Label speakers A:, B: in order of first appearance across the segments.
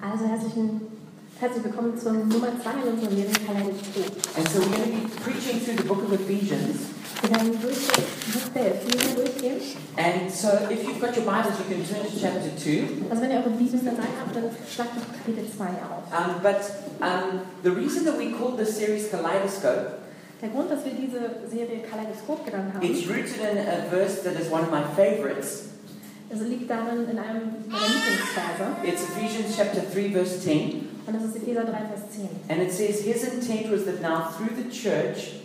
A: Also herzlichen, herzlich willkommen zur Nummer 2 in unserem Medienkalender.
B: And so we're going to be preaching through the book of Ephesians.
A: Wir werden durch das Buch der Epheser durchgehen.
B: And so if you've got your Bibles, you can turn to chapter 2.
A: Also wenn ihr eure Bibel dabei habt, dann schlagt doch Kapitel 2 auf.
B: Um, but um, the reason that we called this series Kaleidoscope,
A: Der Grund, dass wir diese Serie Kaleidoskop genannt haben,
B: it's rooted in a verse that is one of my favorites.
A: also liegt darin in einem meiner Lieblingsverse.
B: It's Ephesians chapter 3, verse 10.
A: Und das ist Epheser 3, Vers 10.
B: And it says, His intent was that now through the church,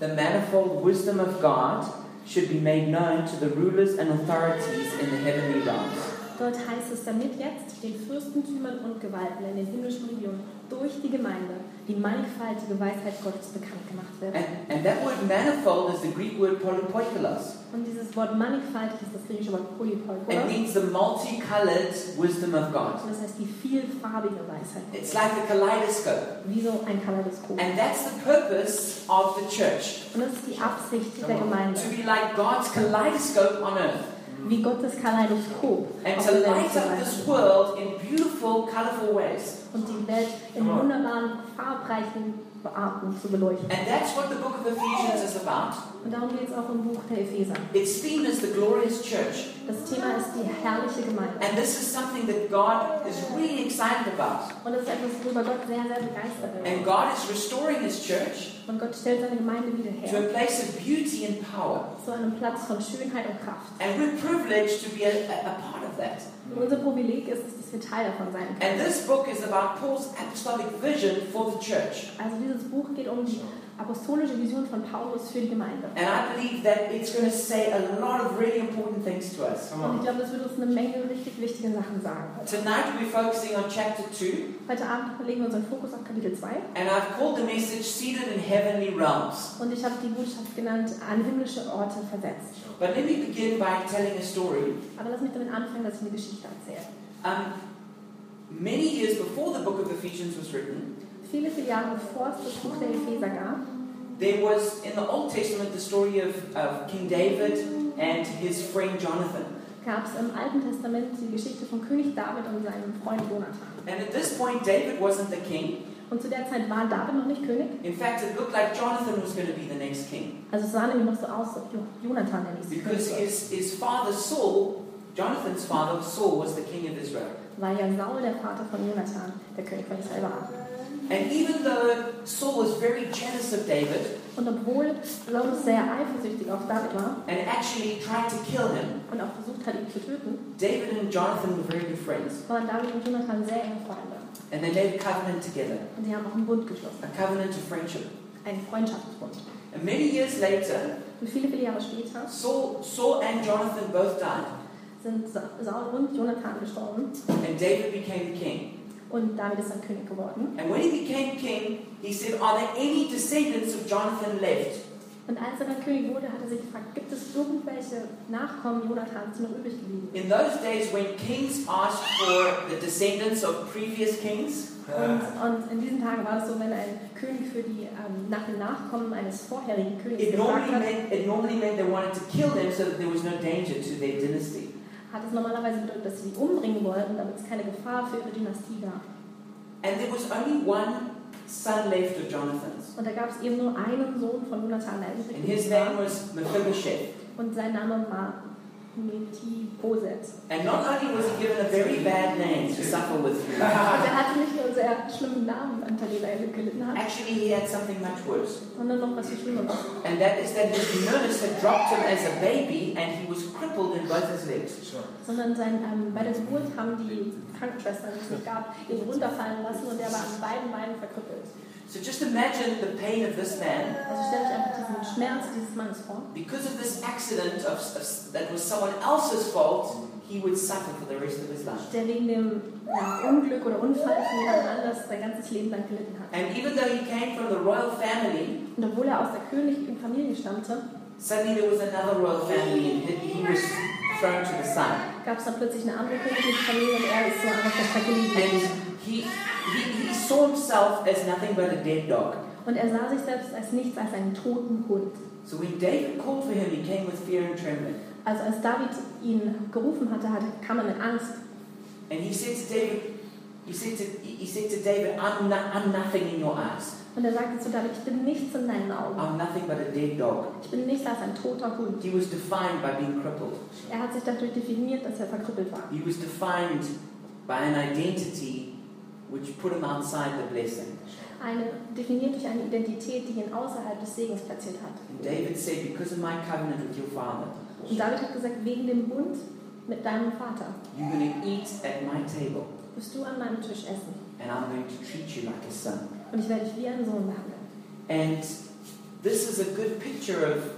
B: the manifold wisdom of God should be made known to the rulers and authorities in the heavenly realms.
A: Dort heißt es, damit jetzt den Fürstentümern und Gewalten in den himmlischen Regionen durch die Gemeinde die mannigfaltige Weisheit Gottes bekannt gemacht wird.
B: And, and that word manifold is the Greek word polypoikilos.
A: Und dieses Wort mannigfaltig ist das griechische Wort
B: It
A: polypolkos.
B: means the multicolored wisdom of God.
A: Und das heißt die vielfarbige Weisheit.
B: It's like a kaleidoscope.
A: Wie so ein Kaleidoskop.
B: And that's the purpose of the church.
A: Und das ist die Absicht der Gemeinde.
B: To be like God's kaleidoscope on earth.
A: Wie Gottes Kaleidoskop
B: And
A: auf
B: to
A: die Welt
B: light
A: zu
B: up
A: weisen.
B: this world in beautiful, colorful ways.
A: Und die Welt in wunderbaren, farbreichen Arten zu beleuchten.
B: And that's what the book of Ephesians is about.
A: Und darum geht es auch im Buch der Epheser.
B: Its theme is the glorious church.
A: Das Thema ist die herrliche Gemeinde.
B: And this is something that God is really excited about.
A: Und das ist etwas, worüber Gott sehr, sehr begeistert
B: And
A: ist.
B: God is restoring his church
A: Und Gott stellt seine Gemeinde wieder her.
B: to a place of beauty and power.
A: Zu einem Platz von Schönheit und Kraft.
B: And we're privileged to be a, a, a part of that.
A: Und unser Privileg ist es, dass wir Teil davon sein können.
B: And this book is about Paul's apostolic vision for the church.
A: Also dieses Buch geht um die apostolische Vision von Paulus für die Gemeinde.
B: And I believe that it's going to say a lot of really important things to us.
A: Und ich glaube, das wird uns eine Menge richtig wichtige Sachen sagen.
B: Tonight we're focusing on chapter 2,
A: Heute Abend legen wir unseren Fokus auf Kapitel 2
B: and I've called the message Seated in Heavenly Realms.
A: und ich habe die Botschaft genannt, an himmlische Orte versetzt.
B: But let me begin by telling a story.
A: Aber lass mich damit anfangen, dass ich eine Geschichte erzähle.
B: Um, many years before the book of Ephesians was written,
A: Viele, viele Jahre bevor es das Buch der Epheser gab,
B: there was in the Old Testament the story of, of King David and his friend Jonathan.
A: gab es im Alten Testament die Geschichte von König David und seinem Freund Jonathan.
B: And at this point, David wasn't the king.
A: Und zu der Zeit war David noch nicht König.
B: In fact, it looked like Jonathan was going to be the next king
A: Also es sah nämlich noch so aus, als ob Jonathan der nächste König
B: because
A: wird.
B: his, his father Saul, Jonathan's father Saul, was the king of Israel.
A: Weil ja Saul, der Vater von Jonathan, der König von Israel war.
B: And even though Saul was very jealous of David
A: Und obwohl Saul sehr eifersüchtig auf David war
B: and actually tried to kill him,
A: und auch versucht hat, ihn zu töten,
B: David and Jonathan were very good friends.
A: waren David und Jonathan sehr enge Freunde.
B: And they made a covenant together,
A: Und sie haben auch einen Bund geschlossen,
B: a covenant of friendship.
A: einen Freundschaftsbund.
B: And many years later,
A: Und viele, viele Jahre später
B: Saul, Saul and Jonathan both died,
A: sind Sa- Saul und Jonathan gestorben
B: and David became king.
A: und David ist dann König geworden.
B: And when he became king, he said, Are there any descendants of Jonathan left?
A: Und als er dann König wurde, hat er sich gefragt, gibt es irgendwelche Nachkommen Jonathans, die noch übrig geblieben sind?
B: In those days, when kings asked for the descendants of previous kings,
A: Und, und in diesen Tagen war es so, wenn ein König für die, ähm, nach den Nachkommen eines vorherigen Königs
B: it
A: gefragt
B: normally,
A: hat,
B: meant, it normally meant they wanted to kill them so that there was no danger to their dynasty.
A: hat es normalerweise bedeutet, dass sie die umbringen wollten, damit es keine Gefahr für ihre Dynastie gab.
B: And there was only one son left of Jonathan's,
A: Und da gab es eben nur einen Sohn von Jonathan, der übrig
B: and his
A: geblieben
B: name
A: war.
B: was Mephibosheth.
A: Und sein Name war Mephibosheth.
B: And not only was he given a very bad name to suffer with,
A: Und Also er hatte nicht nur einen sehr schlimmen Namen, unter dem er gelitten hat,
B: actually he had something much worse,
A: sondern noch was viel Schlimmeres.
B: and that is that his nurse had dropped him as a baby, and he was crippled in both his legs.
A: Sondern sein, ähm, bei der Geburt haben die Krankenschwestern, die es nicht gab, ihn runterfallen lassen und er war an beiden Beinen verkrüppelt.
B: So just imagine the pain of this man
A: Also stelle ich einfach diesen Schmerz dieses Mannes vor.
B: Because of this accident of, of- that was someone else's fault, he would suffer for the rest of his life.
A: der wegen dem ja, Unglück oder Unfall von jemand anders sein ganzes Leben lang gelitten hat.
B: And even though he came from the royal family,
A: Und obwohl er aus der königlichen Familie stammte,
B: suddenly there was another royal family and he he was thrown to the side.
A: gab es dann plötzlich eine andere königliche Familie und er ist so einfach der Strecke liegen.
B: And he, he, he saw himself as nothing but a dead dog.
A: Und er sah sich selbst als nichts als einen toten Hund.
B: So when David called for him, he came with fear and trembling.
A: Also als David ihn gerufen hatte, hatte kam er mit Angst
B: And he said to David, He said to, he he said to David, I'm, no, I'm nothing in your eyes.
A: Und er sagte zu David, ich bin nichts in deinen Augen.
B: I'm nothing but a dead dog.
A: Ich bin nichts als ein toter Hund.
B: He was defined by being crippled.
A: Er hat sich dadurch definiert, dass er verkrüppelt war.
B: He was defined by an identity which put him outside the blessing.
A: Eine, definiert durch eine Identität, die ihn außerhalb des Segens platziert hat.
B: And David said, Because of my covenant with your father,
A: Und David hat gesagt, wegen dem Bund mit deinem Vater
B: you're going to eat at my table,
A: wirst du an meinem Tisch essen.
B: and I'm going to treat you like a son.
A: Und ich werde dich wie einen Sohn behandeln.
B: And this is a good picture of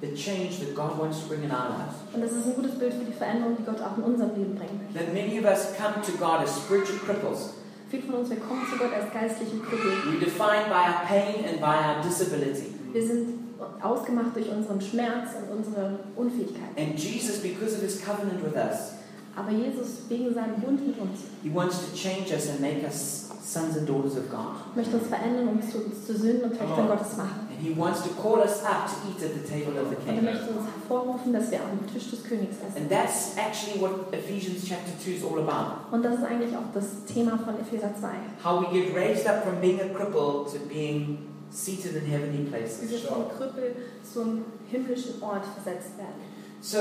B: the change that God wants to bring in our lives.
A: Und das ist ein gutes Bild für die Veränderung, die Gott auch in unserem Leben bringen möchte.
B: That many of us come to God as spiritual cripples.
A: Viele von uns, wir kommen zu Gott als geistliche Krüppel.
B: We're defined by our pain and by our disability.
A: Wir sind ausgemacht durch unseren Schmerz und unsere Unfähigkeit.
B: And Jesus, because of his covenant with us,
A: Aber Jesus, wegen seinem Bund mit uns,
B: he wants to change us and make us sons and daughters of God.
A: möchte uns verändern und uns zu, uns zu Sünden und Töchtern Gottes machen.
B: And he wants to call us up to eat at the table of the
A: Und er
B: king.
A: möchte uns hervorrufen, dass wir am Tisch des Königs essen.
B: And that's actually what Ephesians chapter 2 is all about.
A: Und das ist eigentlich auch das Thema von Epheser 2.
B: How we get raised up from being a cripple to being seated in heavenly
A: Wie wir
B: places.
A: vom Krüppel zum himmlischen Ort versetzt werden.
B: So,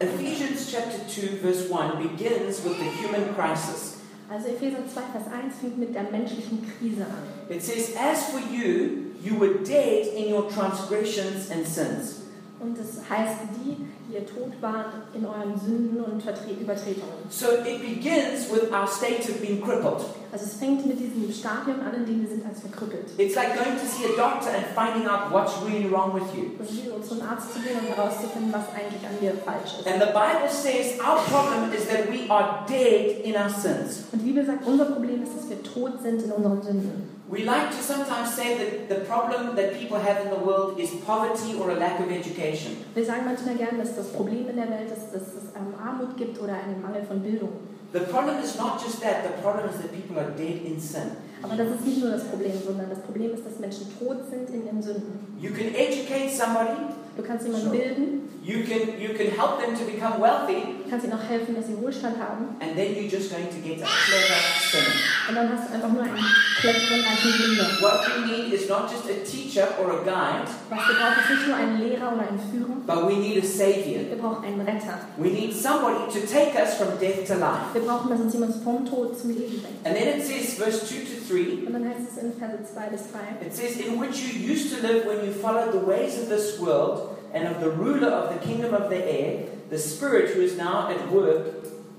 B: Ephesians chapter 2, verse 1 begins with the human crisis.
A: Also Epheser 2, Vers 1 fängt mit der menschlichen Krise an.
B: It says, As for you, you were dead in your transgressions and sins.
A: Und es heißt, die, die ihr tot wart, in euren Sünden und Vertre- Übertretungen.
B: So, it begins with our state of being crippled.
A: Also es fängt mit diesem Stadium an, in dem wir sind als verkrüppelt.
B: It's like going to see a doctor and finding out what's really wrong with you.
A: Das ist wie so zum Arzt zu gehen und herauszufinden, was eigentlich an mir falsch ist.
B: And the Bible says our problem is that we are dead in our sins.
A: Und die Bibel sagt, unser Problem ist, dass wir tot sind in unseren Sünden.
B: We like to sometimes say that the problem that people have in the world is poverty or a lack of education.
A: Wir sagen manchmal gerne, dass das Problem in der Welt ist, dass es ähm, Armut gibt oder einen Mangel von Bildung.
B: The problem is not just that, the problem is that people are dead in sin.
A: Aber das ist nicht nur das Problem, sondern das Problem ist, dass Menschen tot sind in ihren Sünden.
B: You can educate somebody,
A: Du kannst jemanden
B: Sure.
A: bilden,
B: you can you can help them to become wealthy,
A: kannst ihnen auch helfen, dass sie Wohlstand haben.
B: and then you're just going to get a clever sinner.
A: Und dann hast du einfach nur einen cleveren reichen Sünder.
B: What we need is not just a teacher or a guide,
A: Was wir brauchen, ist nicht nur einen Lehrer oder einen Führer.
B: but we need a savior.
A: Wir brauchen einen Retter.
B: We need somebody to take us from death to life.
A: Wir brauchen, dass uns jemand vom Tod zum Leben bringt.
B: And then it says verse 2 to 3
A: Und dann heißt es in Verse 2 bis 3.
B: It says, in which you used to live when you followed the ways of this world and of the ruler of the kingdom of the air, the spirit who is now at work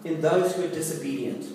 B: in those who are disobedient.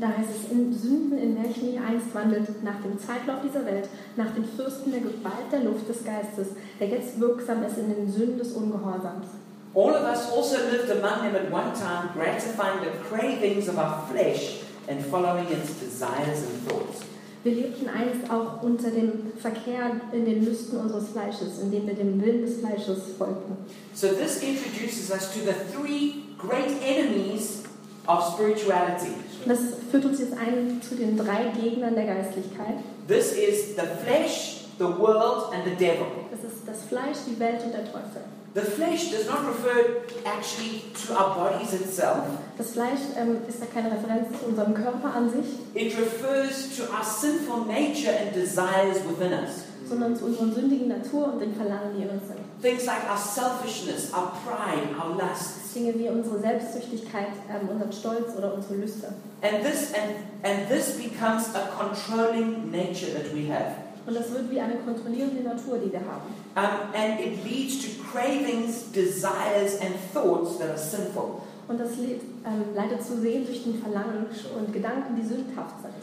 A: Da heißt es, in Sünden, in welchen ihr einst wandelt, nach dem Zeitlauf dieser Welt, nach dem Fürsten der Gewalt der Luft des Geistes, der jetzt wirksam ist in den Sünden des Ungehorsams.
B: All of us also lived among them at one time, gratifying the cravings of our flesh and following its desires and thoughts.
A: Wir lebten einst auch unter dem Verkehr in den Lüsten unseres Fleisches, indem wir dem Willen des Fleisches folgten.
B: So this introduces us to the three great enemies of spirituality.
A: Und das führt uns jetzt ein zu den drei Gegnern der Geistlichkeit.
B: This is the flesh, the world, and the devil.
A: Das ist das Fleisch, die Welt und der Teufel.
B: The flesh does not refer actually to our bodies itself.
A: Das Fleisch ähm, ist da keine Referenz zu unserem Körper an sich,
B: It refers to our sinful nature and desires within us.
A: sondern zu unserer sündigen Natur und den Verlangen, die in uns sind.
B: Things like our selfishness, our pride, our lusts.
A: Dinge wie unsere Selbstsüchtigkeit, ähm, unseren Stolz oder unsere Lüste.
B: And this and, and this becomes a controlling nature that we have.
A: Und das wird wie eine kontrollierende Natur, die wir haben.
B: Um, and it leads to cravings, desires, and thoughts that are sinful.
A: Und das le- ähm, leitet zu Sehnsüchten, Verlangen und Gedanken, die sündhaft sind.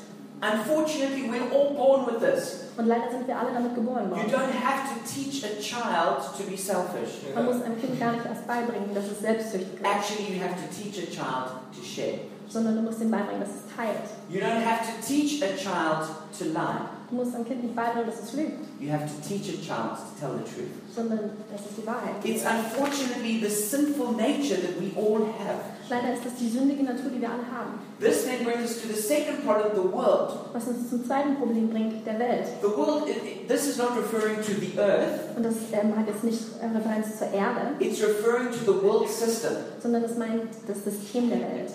B: Unfortunately, we're all born with this.
A: Und leider sind wir alle damit geboren
B: You
A: worden.
B: don't have to teach a child to be selfish.
A: Man muss einem Kind gar nicht erst beibringen, dass es selbstsüchtig ist,
B: Actually, you have to teach a child to share.
A: sondern du musst ihm beibringen, dass es teilt.
B: You don't have to teach a child to lie.
A: Du musst einem Kind nicht beibringen, dass es lügt,
B: You have to teach a child to tell the truth.
A: sondern das ist die Wahrheit.
B: It's unfortunately the sinful nature that we all have.
A: Leider ist das die sündige Natur, die wir alle haben.
B: This then brings us to the second part of the world.
A: Was uns zum zweiten Problem bringt, der Welt.
B: The world, it, it- this is not referring to the earth,
A: Und das ähm, hat jetzt nicht äh, Referenz zur Erde,
B: it's referring to the world system.
A: sondern das meint das System der Welt.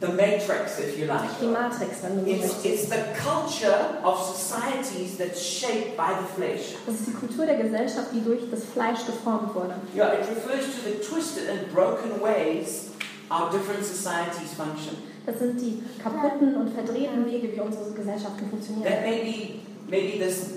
B: the matrix, if you like.
A: Die Matrix, wenn du so
B: It's,
A: möchtest.
B: it's the culture of societies that's shaped by the flesh.
A: Das ist die Kultur der Gesellschaft, die durch das Fleisch geformt wurde.
B: Yeah, it refers to the twisted and broken ways our different societies function.
A: Das sind die kaputten und verdrehten Wege, wie unsere Gesellschaften
B: That
A: funktionieren.
B: may be maybe this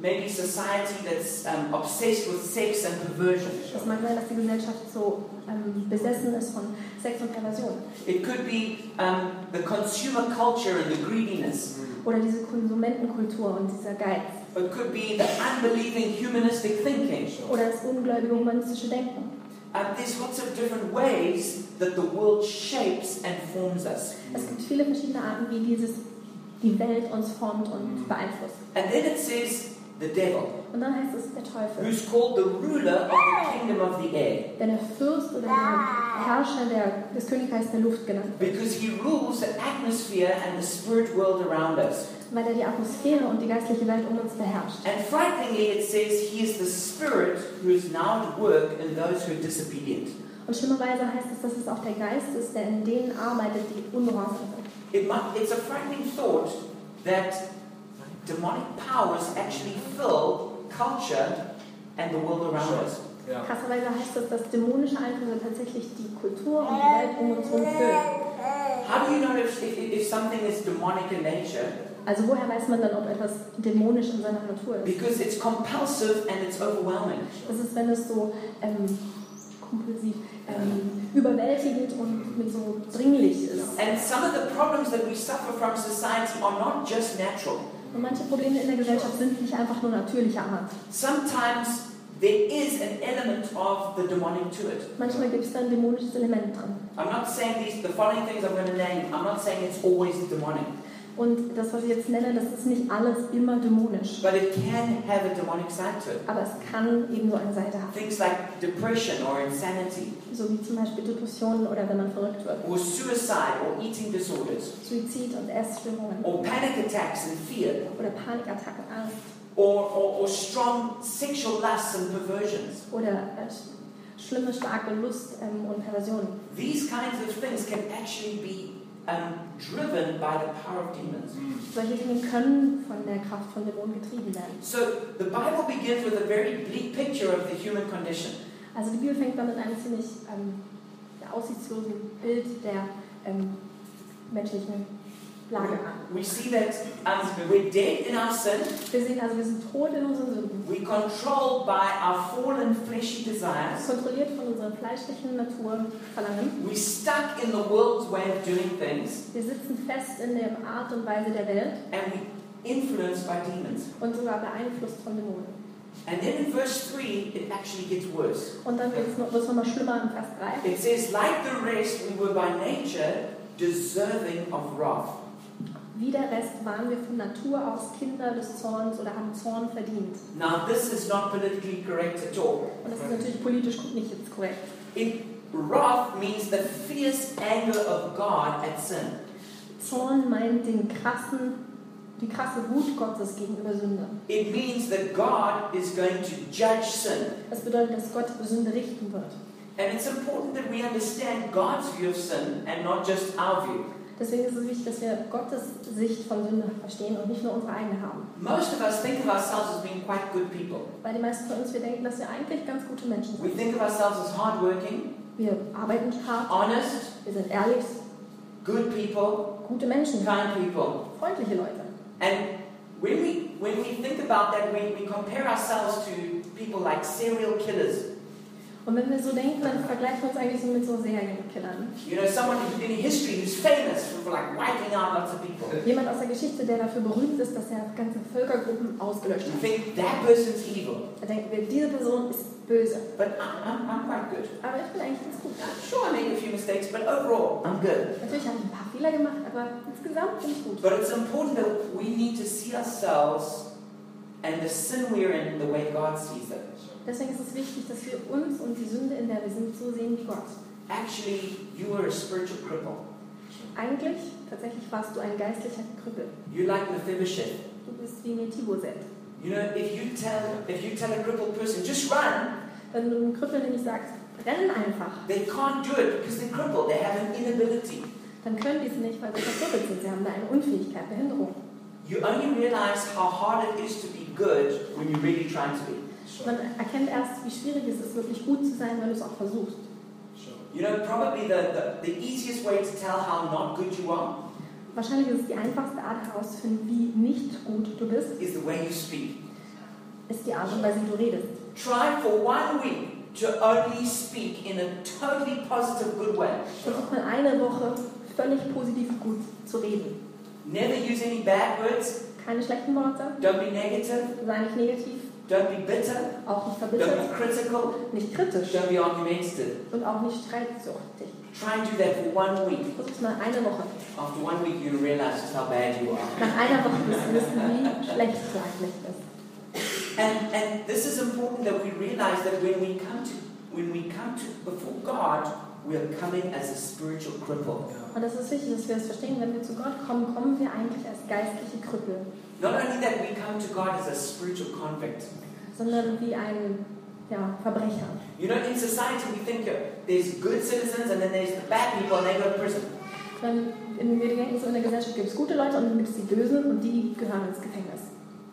B: maybe society that's um, obsessed with sex and perversion.
A: Es mag sein, dass die Gesellschaft so ähm, besessen ist von Sex und Perversion.
B: It could be um, the consumer culture and the greediness.
A: Oder diese Konsumentenkultur und dieser Geiz.
B: It could be the unbelieving humanistic thinking.
A: Oder das ungläubige humanistische Denken.
B: Um, there's lots of different ways that the world shapes and forms us.
A: Es gibt viele verschiedene Arten, wie dieses, die Welt uns formt und beeinflusst.
B: And then it says the devil,
A: Und dann heißt es der Teufel.
B: who's called the ruler of the kingdom of the air,
A: Denn der Fürst oder der Herrscher der, des Königreichs der Luft genannt wird.
B: because he rules the atmosphere and the spirit world around us.
A: Weil er die Atmosphäre und die geistliche Welt um uns beherrscht.
B: And frighteningly, it says he is the spirit who is now at work in those who are disobedient.
A: Und schlimmerweise heißt es, dass es auch der Geist ist, der in denen arbeitet, die ungehorsam sind.
B: It might, it's a frightening thought that demonic powers actually fill culture and the world around us.
C: Ja.
A: Krasserweise heißt es, dass dämonische Einflüsse tatsächlich die Kultur und die Welt um uns herum füllen.
B: How do you know if, if, if something is demonic in nature?
A: Also woher weiß man dann, ob etwas dämonisch in seiner Natur ist?
B: Because it's compulsive and it's overwhelming.
A: Das ist, wenn es so ähm, kompulsiv, ähm, überwältigend und mit so dringlich ist.
B: And some of the problems that we suffer from society are not just natural.
A: Und manche Probleme in der Gesellschaft sind nicht einfach nur natürlicher Art.
B: Sometimes there is an element of the demonic to it.
A: Manchmal gibt es da ein dämonisches Element drin.
B: I'm not saying these, the following things I'm going to name, I'm not saying it's always demonic,
A: Und das, was ich jetzt nenne, das ist nicht alles immer dämonisch.
B: but it can have a demonic side to it.
A: Aber es kann eben so eine Seite haben.
B: Things like depression or insanity,
A: So wie zum Beispiel Depressionen oder wenn man verrückt wird.
B: or suicide or eating disorders,
A: Suizid und Essstörungen.
B: or panic attacks and fear,
A: oder Panikattacken, Angst
B: or, or, or strong sexual lusts and perversions.
A: oder äh, schlimme, starke Lust ähm, und Perversionen.
B: These kinds of things can actually be um, driven by the power of demons.
A: Solche Dinge können von der Kraft von Dämonen getrieben werden.
B: So the Bible begins with a very bleak picture of the human condition.
A: Also die Bibel fängt dann mit einem ziemlich ähm, ja, aussichtslosen Bild der ähm, menschlichen Lage an.
B: We see that um, we're dead in our sin,
A: Wir sehen also, wir sind tot in unseren Sünden,
B: We're controlled by our fallen fleshy desires.
A: kontrolliert von unserer fleischlichen Natur verlangen.
B: We're stuck in the world's way of doing things,
A: Wir sitzen fest in der Art und Weise der Welt
B: and we're influenced by demons.
A: und sogar beeinflusst von Dämonen.
B: And then in verse 3, it actually gets worse.
A: Und dann wird es nochmal schlimmer im Vers 3.
B: It says, Like the rest, we were by nature deserving of wrath.
A: Wie der Rest waren wir von Natur aus Kinder des Zorns oder haben Zorn verdient.
B: Now, this is not politically correct at all.
A: Und das ist natürlich politisch nicht jetzt korrekt.
B: It, wrath means the fierce anger of God at sin.
A: Zorn meint den krassen, die krasse Wut Gottes gegenüber Sünde.
B: It means that God is going to judge sin.
A: Das bedeutet, dass Gott Sünde richten wird.
B: And it's important that we understand God's view of sin and not just our view.
A: Deswegen ist es wichtig, dass wir Gottes Sicht von Sünde verstehen und nicht nur unsere eigene haben.
B: Most of us think of ourselves as being quite good people.
A: Weil die meisten von uns, wir denken, dass wir eigentlich ganz gute Menschen
B: We
A: sind.
B: think of ourselves as hardworking,
A: Wir arbeiten hart,
B: honest,
A: wir sind ehrlich,
B: good people,
A: gute Menschen,
B: kind people.
A: freundliche Leute.
B: And when we, when we think about that, we, we compare ourselves to people like serial killers.
A: Und wenn wir so denken, dann vergleichen wir uns eigentlich so mit so Serienkillern.
B: You know, someone who's in history who's famous for like wiping out lots of people.
A: Jemand aus der Geschichte, der dafür berühmt ist, dass er ganze Völkergruppen
B: We
A: ausgelöscht hat.
B: think that person's evil.
A: Da denken wir, diese Person ist böse.
B: But I, I'm, I'm quite good.
A: Aber ich bin eigentlich ganz gut.
B: Sure, I made a few mistakes, but overall, I'm good.
A: Natürlich habe ich ein paar Fehler gemacht, aber insgesamt bin ich gut.
B: But it's important that we need to see ourselves and the sin we're in the way God sees it.
A: Deswegen ist es wichtig, dass wir uns und die Sünde, in der wir sind, so sehen wie Gott.
B: Actually, you are a spiritual cripple.
A: Eigentlich, tatsächlich warst du ein geistlicher Krüppel.
B: You're like Mephibosheth.
A: Du bist wie Metiboset.
B: You know, if you tell if you tell a crippled person just run,
A: Wenn du einem Krüppel nämlich sagst, renn einfach,
B: they can't do it because they're crippled. They have an inability.
A: dann können die es nicht, weil sie verkuppelt sind. Sie haben da eine Unfähigkeit, Behinderung.
B: You only realize how hard it is to be good when you really try to be.
A: Man erkennt erst, wie schwierig es ist, wirklich gut zu sein, wenn du es auch versuchst.
B: You know, probably the, the, the easiest way to tell how not good you are
A: Wahrscheinlich ist es die einfachste Art herauszufinden, wie nicht gut du bist,
B: is the way you speak.
A: ist die Art und Weise, wie du redest.
B: Try for one week to only speak in a totally positive, good way.
A: Versuch mal eine Woche völlig positiv gut zu reden.
B: Never use any bad words.
A: Keine schlechten Worte,
B: Don't be negative.
A: sei nicht negativ,
B: Don't be bitter.
A: auch nicht
B: Don't
A: verbittert,
B: be critical.
A: nicht kritisch
B: Don't be argumentative.
A: und auch nicht streitsuchtig.
B: Try and do that for one week.
A: Versuch's mal eine Woche.
B: After one week, you realize just how bad you are.
A: Nach einer Woche wirst du wissen, wie schlecht du eigentlich bist.
B: And, and this is important that we realize that when we come to when we come to before God, we are coming as a spiritual cripple.
A: Und es ist wichtig, dass wir es verstehen. Wenn wir zu Gott kommen, kommen wir eigentlich als geistliche Krüppel,
B: Not only that, we come to God as a spiritual convict.
A: sondern wie ein ja, Verbrecher.
B: You know, in society, we think uh, there's good citizens and then there's the bad people and they go to prison.
A: Wenn in, wir denken, so in der Gesellschaft gibt es gute Leute und dann gibt es die Bösen und die gehören ins Gefängnis.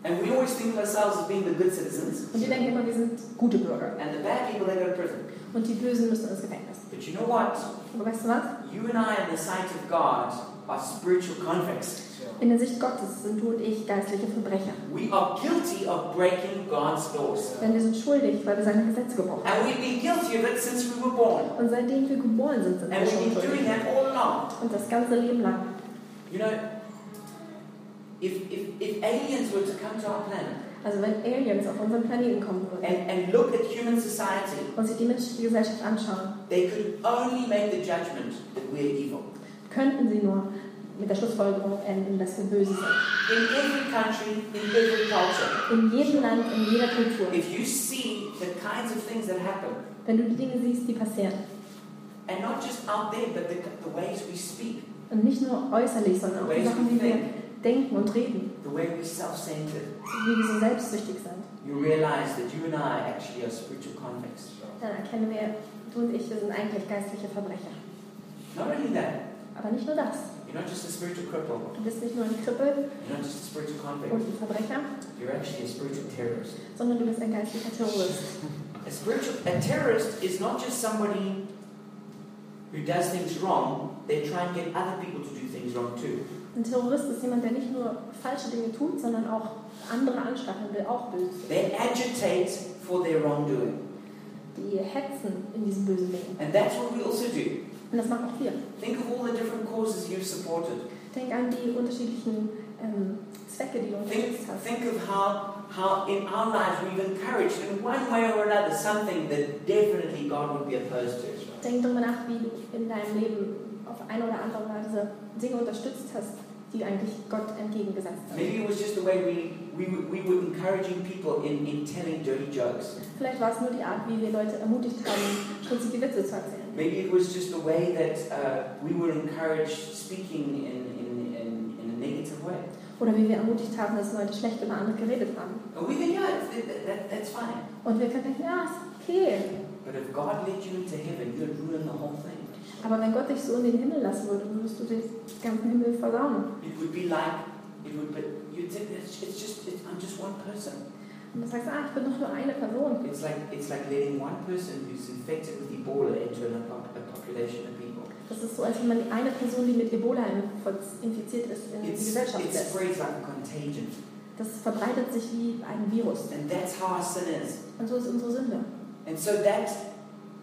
B: And we always think of ourselves as being the good citizens
A: Und die denken immer, wir sind gute Bürger.
B: and the bad people they go to prison.
A: Und die Bösen müssen ins Gefängnis.
B: But you know what?
A: Aber weißt du was?
B: You and I, in the sight of God, are spiritual convicts.
A: In der Sicht Gottes sind du und ich geistliche Verbrecher.
B: We are guilty of breaking God's laws.
A: Denn wir sind schuldig, weil wir seine Gesetze gebrochen
B: And we've been guilty of it since we were born.
A: haben. Und seitdem wir geboren sind, sind wir
B: And
A: schon
B: we've been doing
A: schuldig.
B: that all along.
A: Und das ganze Leben lang.
B: You know, if, if, if aliens were to come to our planet
A: Also wenn Aliens auf unseren Planeten kommen würden
B: and, and look at human society,
A: und sich die menschliche Gesellschaft anschauen,
B: they could only make the judgment that we're evil.
A: könnten sie nur mit der Schlussfolgerung enden, dass wir böse sind.
B: In every country, in every culture,
A: In jedem Land, in jeder Kultur.
B: if you see the kinds of things that happen,
A: Wenn du die Dinge siehst, die passieren.
B: and not just out there, but the, the ways we speak,
A: Und nicht nur äußerlich, sondern auch die Sachen, die wir denken und reden.
B: the way we're self centered,
A: Wie wir so selbstsüchtig sind.
B: you realize that you and I actually are spiritual convicts.
A: Dann erkennen wir, du und ich, wir sind eigentlich geistliche Verbrecher.
B: Not only that,
A: Aber nicht nur das.
B: you're not just a spiritual cripple,
A: Du bist nicht nur ein Krippel
B: you're not just a spiritual
A: und
B: convict,
A: ein Verbrecher,
B: you're actually a spiritual terrorist.
A: sondern du bist ein geistlicher Terrorist.
B: A spiritual a terrorist is not just somebody who does things wrong, they try and get other people to do things wrong too.
A: Ein Terrorist ist jemand, der nicht nur falsche Dinge tut, sondern auch andere anstacheln will, auch böse. zu sein.
B: They agitate for their wrongdoing.
A: Die hetzen in diesem bösen Leben.
B: And that's what we also do.
A: Und das machen auch wir.
B: Think of all the different causes you've supported.
A: Denk an die unterschiedlichen ähm, Zwecke, die du
B: Think,
A: unterstützt hast.
B: think of how, how in our lives we've encouraged in one way or another something that definitely God would be opposed to.
A: Denk darüber nach, wie du in deinem Leben auf eine oder andere Weise Dinge unterstützt hast, die eigentlich Gott entgegengesetzt sind.
B: Maybe it was just the way we, we, were- we were encouraging people in, in telling dirty jokes.
A: Vielleicht war es nur die Art, wie wir Leute ermutigt haben, schmutzige Witze zu erzählen.
B: Maybe it was just the way that uh, we were encouraged speaking in, in, in, in a negative way.
A: Oder wie wir ermutigt haben, dass Leute schlecht über andere geredet haben.
B: And we think, yeah, it's- that, that, that's fine.
A: Und wir können denken, ja, ist okay.
B: But if God led you into heaven, you'd ruin the whole thing.
A: Aber wenn Gott dich so in den Himmel lassen würde, würdest du den ganzen Himmel versauen.
B: It would be like, it would be, you'd think, it's, it's just, it's, I'm just one person.
A: Und du sagst, ah, ich bin doch nur eine Person.
B: It's like, it's like letting one person who's infected with Ebola into an, apo- a population of people.
A: Das ist so, als wenn man die eine Person, die mit Ebola infiz- infiziert ist, in die
B: It's,
A: Gesellschaft
B: it
A: lässt.
B: spreads like a contagion.
A: Das verbreitet sich wie ein Virus.
B: And that's how our sin is.
A: Und so ist unsere Sünde.
B: And so that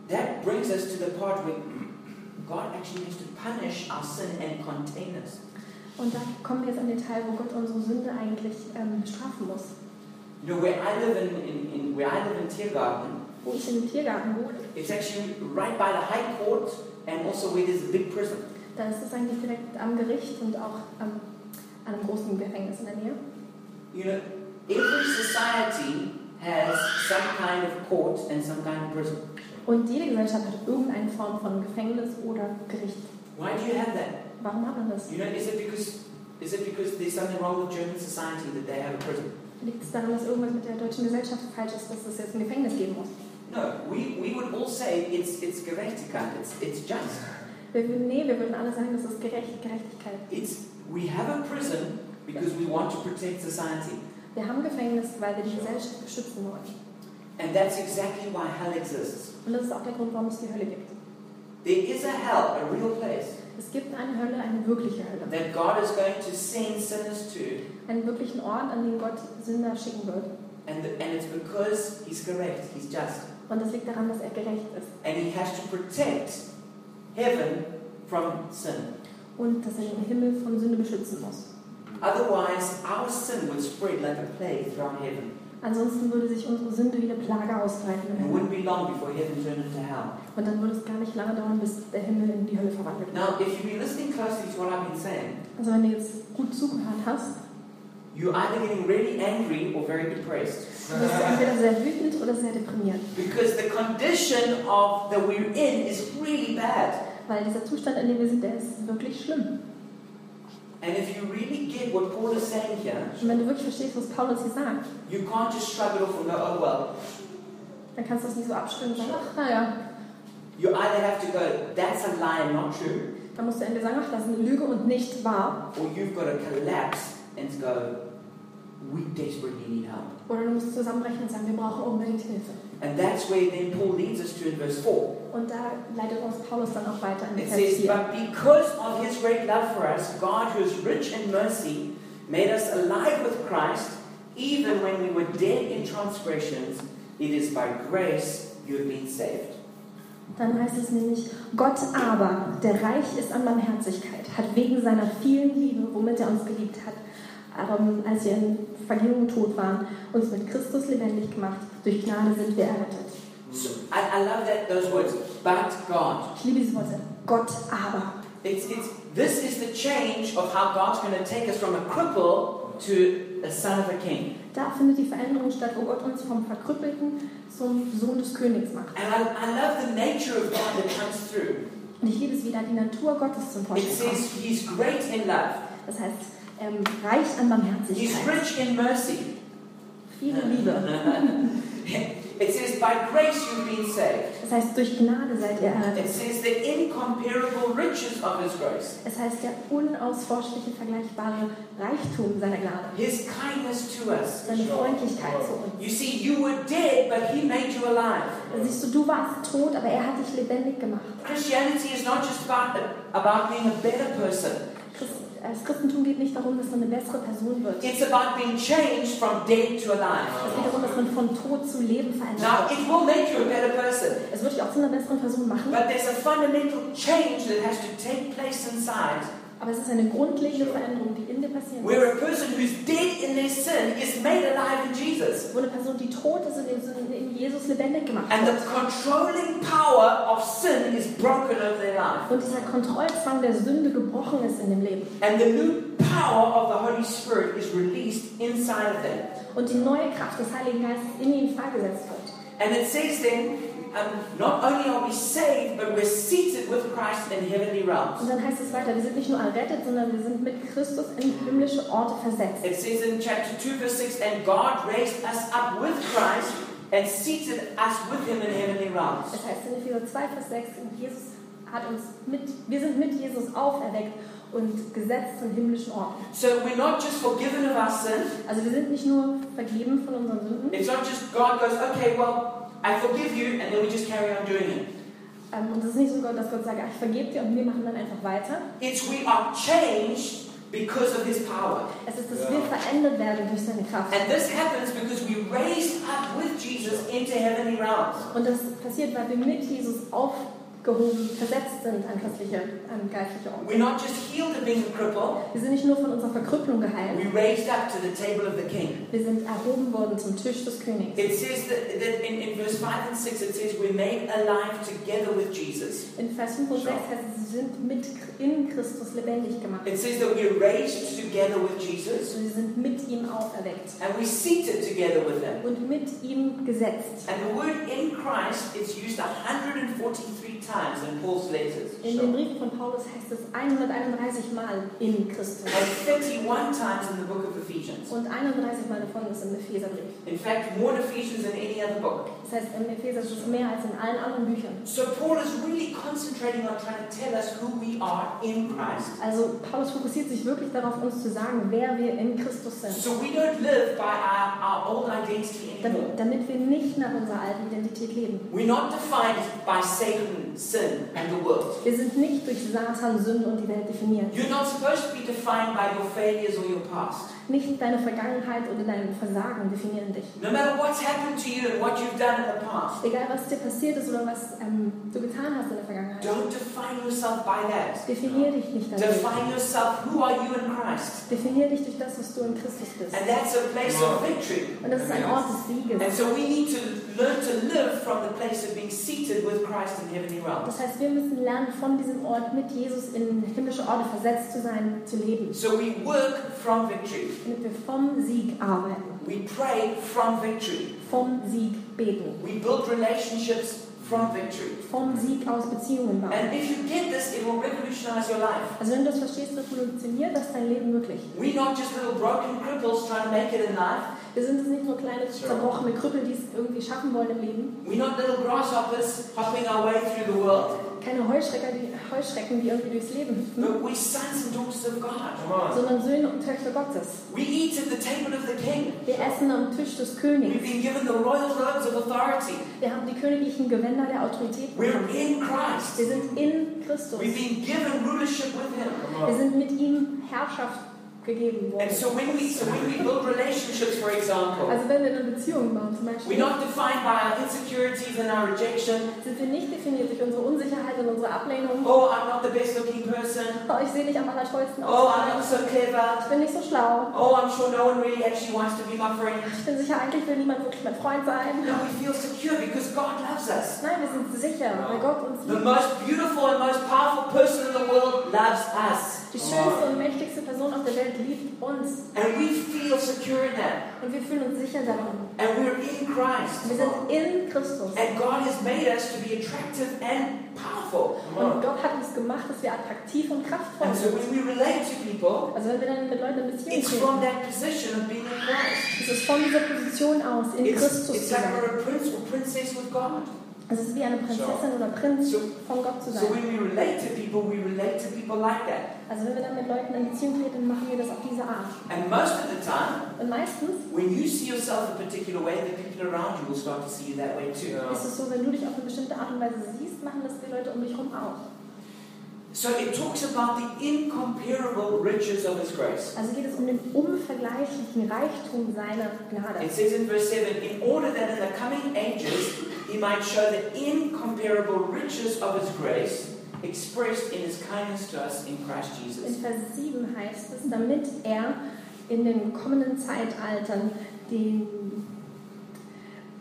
B: that brings us to the part where God actually has to punish our sin and contain us.
A: Und da kommen wir jetzt an den Teil, wo Gott unsere Sünde eigentlich ähm, bestrafen muss.
B: You know, where I live in, in, in where I live in Tiergarten,
A: Wo ich in den Tiergarten wohne,
B: it's actually right by the High Court and also where there's a big prison.
A: da ist es eigentlich direkt am Gericht und auch am, an einem großen Gefängnis in der Nähe.
B: You know, every society has some kind of court and some kind of prison.
A: Und jede Gesellschaft hat irgendeine Form von Gefängnis oder Gericht.
B: Why do you have that?
A: Warum hat man das?
B: You know, is it because is it because there's something wrong with German society that they have a prison?
A: Liegt es daran, dass irgendwas mit der deutschen Gesellschaft falsch ist, dass es jetzt ein Gefängnis geben muss?
B: No, we, we would all say it's it's gerechtigkeit, it's it's just.
A: Wir würden, nee, wir würden alle sagen, das ist gerecht, Gerechtigkeit.
B: It's we have a prison because we want to protect society.
A: Wir haben Gefängnis, weil wir die Gesellschaft beschützen wollen.
B: And that's exactly why hell exists.
A: Und das ist auch der Grund, warum es die Hölle gibt.
B: There is a hell, a real place,
A: Es gibt eine Hölle, eine wirkliche Hölle.
B: that God is going to send sinners to,
A: Einen wirklichen Ort, an den Gott Sünder schicken wird.
B: and, and it's because He's correct, He's just.
A: Und das liegt daran, dass er gerecht ist.
B: And He has to protect heaven from sin.
A: Und dass er den Himmel von Sünde beschützen muss.
B: Otherwise, our sin would spread like a plague throughout heaven.
A: Ansonsten würde sich unsere Sünde wie eine Plage ausbreiten.
B: It wouldn't be long before heaven turned into hell.
A: Und dann würde es gar nicht lange dauern, bis der Himmel in die Hölle verwandelt wird.
B: Now, if you've been listening closely to what I've been saying,
A: Also wenn du jetzt gut zugehört hast,
B: you're either getting really angry or very depressed.
A: dann bist du entweder sehr wütend oder sehr deprimiert.
B: Because the condition of that we're in is really bad.
A: Weil dieser Zustand, in dem wir sind, der ist wirklich schlimm.
B: And if you really get what Paul is saying here,
A: Und wenn du wirklich verstehst, was Paulus hier sagt,
B: you can't just shrug it off and go, oh well.
A: dann kannst du das nicht so abstimmen und sagen, ach naja.
B: You either have to go, that's a lie and not true,
A: Dann musst du entweder sagen, ach, das ist eine Lüge und nicht wahr.
B: or you've got to collapse and go, we desperately need help.
A: Oder du musst zusammenrechnen und sagen, wir brauchen unbedingt Hilfe.
B: And that's where then Paul leads us to in verse 4.
A: Und da leitet uns Paulus dann auch weiter in
B: It
A: Vers
B: says,
A: 4.
B: But because of his great love for us, God, who is rich in mercy, made us alive with Christ, even when we were dead in transgressions. It is by grace you have been saved.
A: Dann heißt es nämlich, Gott aber, der reich ist an Barmherzigkeit, hat wegen seiner vielen Liebe, womit er uns geliebt hat, ähm, als wir in Vergebung tot waren, uns mit Christus lebendig gemacht. Durch Gnade sind wir errettet.
B: So I, I love that those words. But God.
A: Ich liebe diese Worte. Gott aber.
B: It's, it's, this is the change of how God's going to take us from a cripple to a son of a king.
A: Da findet die Veränderung statt, wo Gott uns vom Verkrüppelten zum Sohn des Königs macht.
B: And I, I love the nature of God that comes through.
A: Und ich liebe es, wie da die Natur Gottes zum
B: It
A: Vorschein kommt.
B: says He's great in love.
A: Das heißt, ähm, reich an
B: He's
A: Barmherzigkeit.
B: rich in mercy.
A: Viele Liebe.
B: it says, by grace you've been saved.
A: Das heißt, durch Gnade seid ihr
B: It
A: errettet.
B: says, the incomparable riches of His grace.
A: Es heißt, der unausforschliche, vergleichbare Reichtum seiner Gnade.
B: His kindness to us.
A: Seine Freundlichkeit zu uns.
B: You see, you were dead, but He made you alive.
A: Da siehst du, du warst tot, aber er hat dich lebendig gemacht.
B: Christianity is not just about, about being a better person.
A: Christ, äh, das Christentum geht nicht darum, dass man eine bessere Person wird.
B: It's about being changed from dead to
A: Es
B: alive.
A: geht darum, dass man von Tod zu Leben verändert
B: Now,
A: wird.
B: it will make you a better person,
A: Es wird dich auch zu einer besseren Person machen,
B: but there's a fundamental change that has to take place inside,
A: aber es ist eine grundlegende Veränderung, die in dir passieren
B: where
A: wird.
B: a person who's dead in their sin is made alive in Jesus.
A: Wo eine Person, die tot ist, in dem Sinne in Jesus lebendig gemacht
B: And the
A: wird.
B: controlling power of sin is broken over their life.
A: Und dieser Kontrollzwang der Sünde gebrochen ist in dem Leben.
B: And the new power of the Holy Spirit is released inside of them.
A: und die neue Kraft des Heiligen Geistes in ihn freigesetzt wird.
B: And it says then, um, not only are we saved, but we're seated with Christ in heavenly
A: Und
B: realms.
A: dann heißt es weiter, wir sind nicht nur errettet, sondern wir sind mit Christus in himmlische Orte versetzt.
B: It says in chapter 2, verse 6, and God raised us up with Christ and seated us with him in heavenly realms.
A: Das heißt in Epheser 2, Vers 6, und Jesus hat uns mit, wir sind mit Jesus auferweckt und gesetzt zum himmlischen Orten.
B: So we're not just forgiven of our sin.
A: Also wir sind nicht nur vergeben von unseren Sünden,
B: It's not just God goes, okay, well, I forgive you, and then we just carry on doing it.
A: ähm, und es ist nicht so, Gott, dass Gott sagt, ach, ich vergebe dir und wir machen dann einfach weiter.
B: It's we are changed because of his power.
A: Es ist, dass wir verändert werden durch seine Kraft.
B: And this happens because we raised up with Jesus into heavenly realms.
A: Und das passiert, weil wir mit Jesus aufgehoben, versetzt sind an christliche, an geistliche Orte.
B: We're not just healed of being a cripple.
A: Wir sind nicht nur von unserer Verkrüppelung
B: We
A: geheilt,
B: raised up to the table of the king.
A: wir sind erhoben worden zum Tisch des Königs.
B: It says that, that in, in verse 5 and 6, it says, We're made alive together with Jesus.
A: In Vers 5 und 6 heißt es, sie sind mit in Christus lebendig gemacht.
B: It says that we're raised together with Jesus
A: Also sie sind mit ihm auferweckt
B: and we're seated together with him.
A: und mit ihm gesetzt.
B: And the word in Christ is used 143 times in Paul's letters.
A: In den Briefen von Paulus heißt es 131 Mal in Christus.
B: And 31 times in the book of Ephesians.
A: Und 31 Mal davon ist im Epheserbrief.
B: In fact, more in Ephesians than any other book.
A: Das heißt, im Epheser ist es mehr als in allen anderen Büchern.
B: So Paul is really concentrating on trying to tell us who we are in Christ.
A: Also Paulus fokussiert sich wirklich darauf, uns zu sagen, wer wir in Christus sind.
B: So we don't live by our, our old identity anymore.
A: Damit, damit wir nicht nach unserer alten Identität leben.
B: We're not defined by Satan, sin, and the world.
A: Wir sind nicht durch Satan, Sünde und die Welt definiert.
B: You're not supposed to be defined by your failures or your past.
A: Nicht deine Vergangenheit oder dein Versagen definieren dich.
B: No matter what's happened to you and what you've done in the past,
A: Egal, was dir passiert ist oder was ähm, du getan hast in der Vergangenheit.
B: don't define yourself by that.
A: Definier dich nicht dadurch.
B: Define yourself who are you in Christ.
A: Definier dich durch das, was du in Christus bist.
B: And that's a place of victory.
A: Und das ist ein Ort des
B: And
A: Sieges.
B: so we need to learn to live from the place of being seated with Christ in heavenly realms.
A: Das heißt, wir müssen lernen, von diesem Ort mit Jesus in himmlische Orte versetzt zu sein, zu leben.
B: So we work from victory.
A: Damit wir vom Sieg arbeiten,
B: We pray from victory.
A: vom Sieg beten,
B: We build relationships from victory.
A: vom Sieg aus Beziehungen bauen.
B: And if you get this, it will revolutionize your life.
A: Also wenn du das verstehst, revolutioniert das dein Leben wirklich.
B: We're not just little broken cripples trying to make it in life.
A: Wir sind es nicht nur kleine, zerbrochene Krüppel, die es irgendwie schaffen wollen im Leben.
B: We're not little grasshoppers hopping our way through the world.
A: Keine Heuschrecker, die, Heuschrecken, die irgendwie durchs Leben hüpfen,
B: But we're sons and daughters of God.
A: sondern Söhne und Töchter Gottes.
B: We eat at the table of the king.
A: Wir essen am Tisch des
B: We've
A: Königs.
B: been given the royal robes of authority.
A: Wir haben die königlichen Gewänder der Autorität
B: We're
A: bekommen.
B: in Christ.
A: Wir sind in Christus.
B: We've been given rulership with him.
A: Wir sind mit ihm Herrschaft gegeben worden.
B: And so when we so when we build relationships, for example,
A: Also wenn wir eine Beziehung bauen zum
B: we're
A: Beispiel,
B: not defined by our insecurities and our rejection.
A: sind wir nicht definiert durch unsere Unsicherheit und unsere Ablehnung.
B: Oh, I'm not the best looking person.
A: Oh, ich sehe nicht am allertollsten
B: Oh, I'm not
A: aus.
B: so clever.
A: Ich bin nicht so schlau.
B: Oh, I'm sure no one really actually wants to be my friend.
A: Ich bin sicher, eigentlich will niemand wirklich mein Freund sein.
B: No, we feel secure because God loves us.
A: Nein, wir sind sicher, weil Gott uns
B: The
A: liebt.
B: most beautiful and most powerful person in the world loves us.
A: Die schönste und mächtigste Person auf der Welt liebt uns.
B: And we feel secure in that.
A: Und wir fühlen uns sicher darin.
B: And we're in Christ.
A: Wir sind in Christus.
B: And God has made us to be attractive and powerful.
A: Und Gott hat uns gemacht, dass wir attraktiv und kraftvoll
B: And so
A: sind.
B: when we relate to people,
A: Also wenn wir dann mit Leuten in Beziehung
B: it's
A: stehen,
B: from that position of being in Christ.
A: ist es von dieser Position aus, in
B: It's,
A: Christus zu
B: it's like
A: sein.
B: we're a prince or princess with God.
A: Es ist wie eine Prinzessin oder Prinz
B: So-
A: von Gott zu
B: So
A: sein.
B: when we relate to people, we relate to people like that.
A: Also wenn wir dann mit Leuten in Beziehung treten, machen wir das auf diese Art.
B: And most of the time,
A: Und meistens
B: when you see yourself a particular way, the people around you will start to see you that way too.
A: ist es so, wenn du dich auf eine bestimmte Art und Weise siehst, machen das die Leute um dich herum auch.
B: So it talks about the incomparable riches of His grace.
A: Also geht es um den unvergleichlichen Reichtum seiner Gnade.
B: It says in verse 7 In order that in the coming ages He might show the incomparable riches of His grace expressed in His kindness to us in Christ
A: In
B: Jesus.
A: Vers 7 heißt es, damit er in den kommenden Zeitaltern den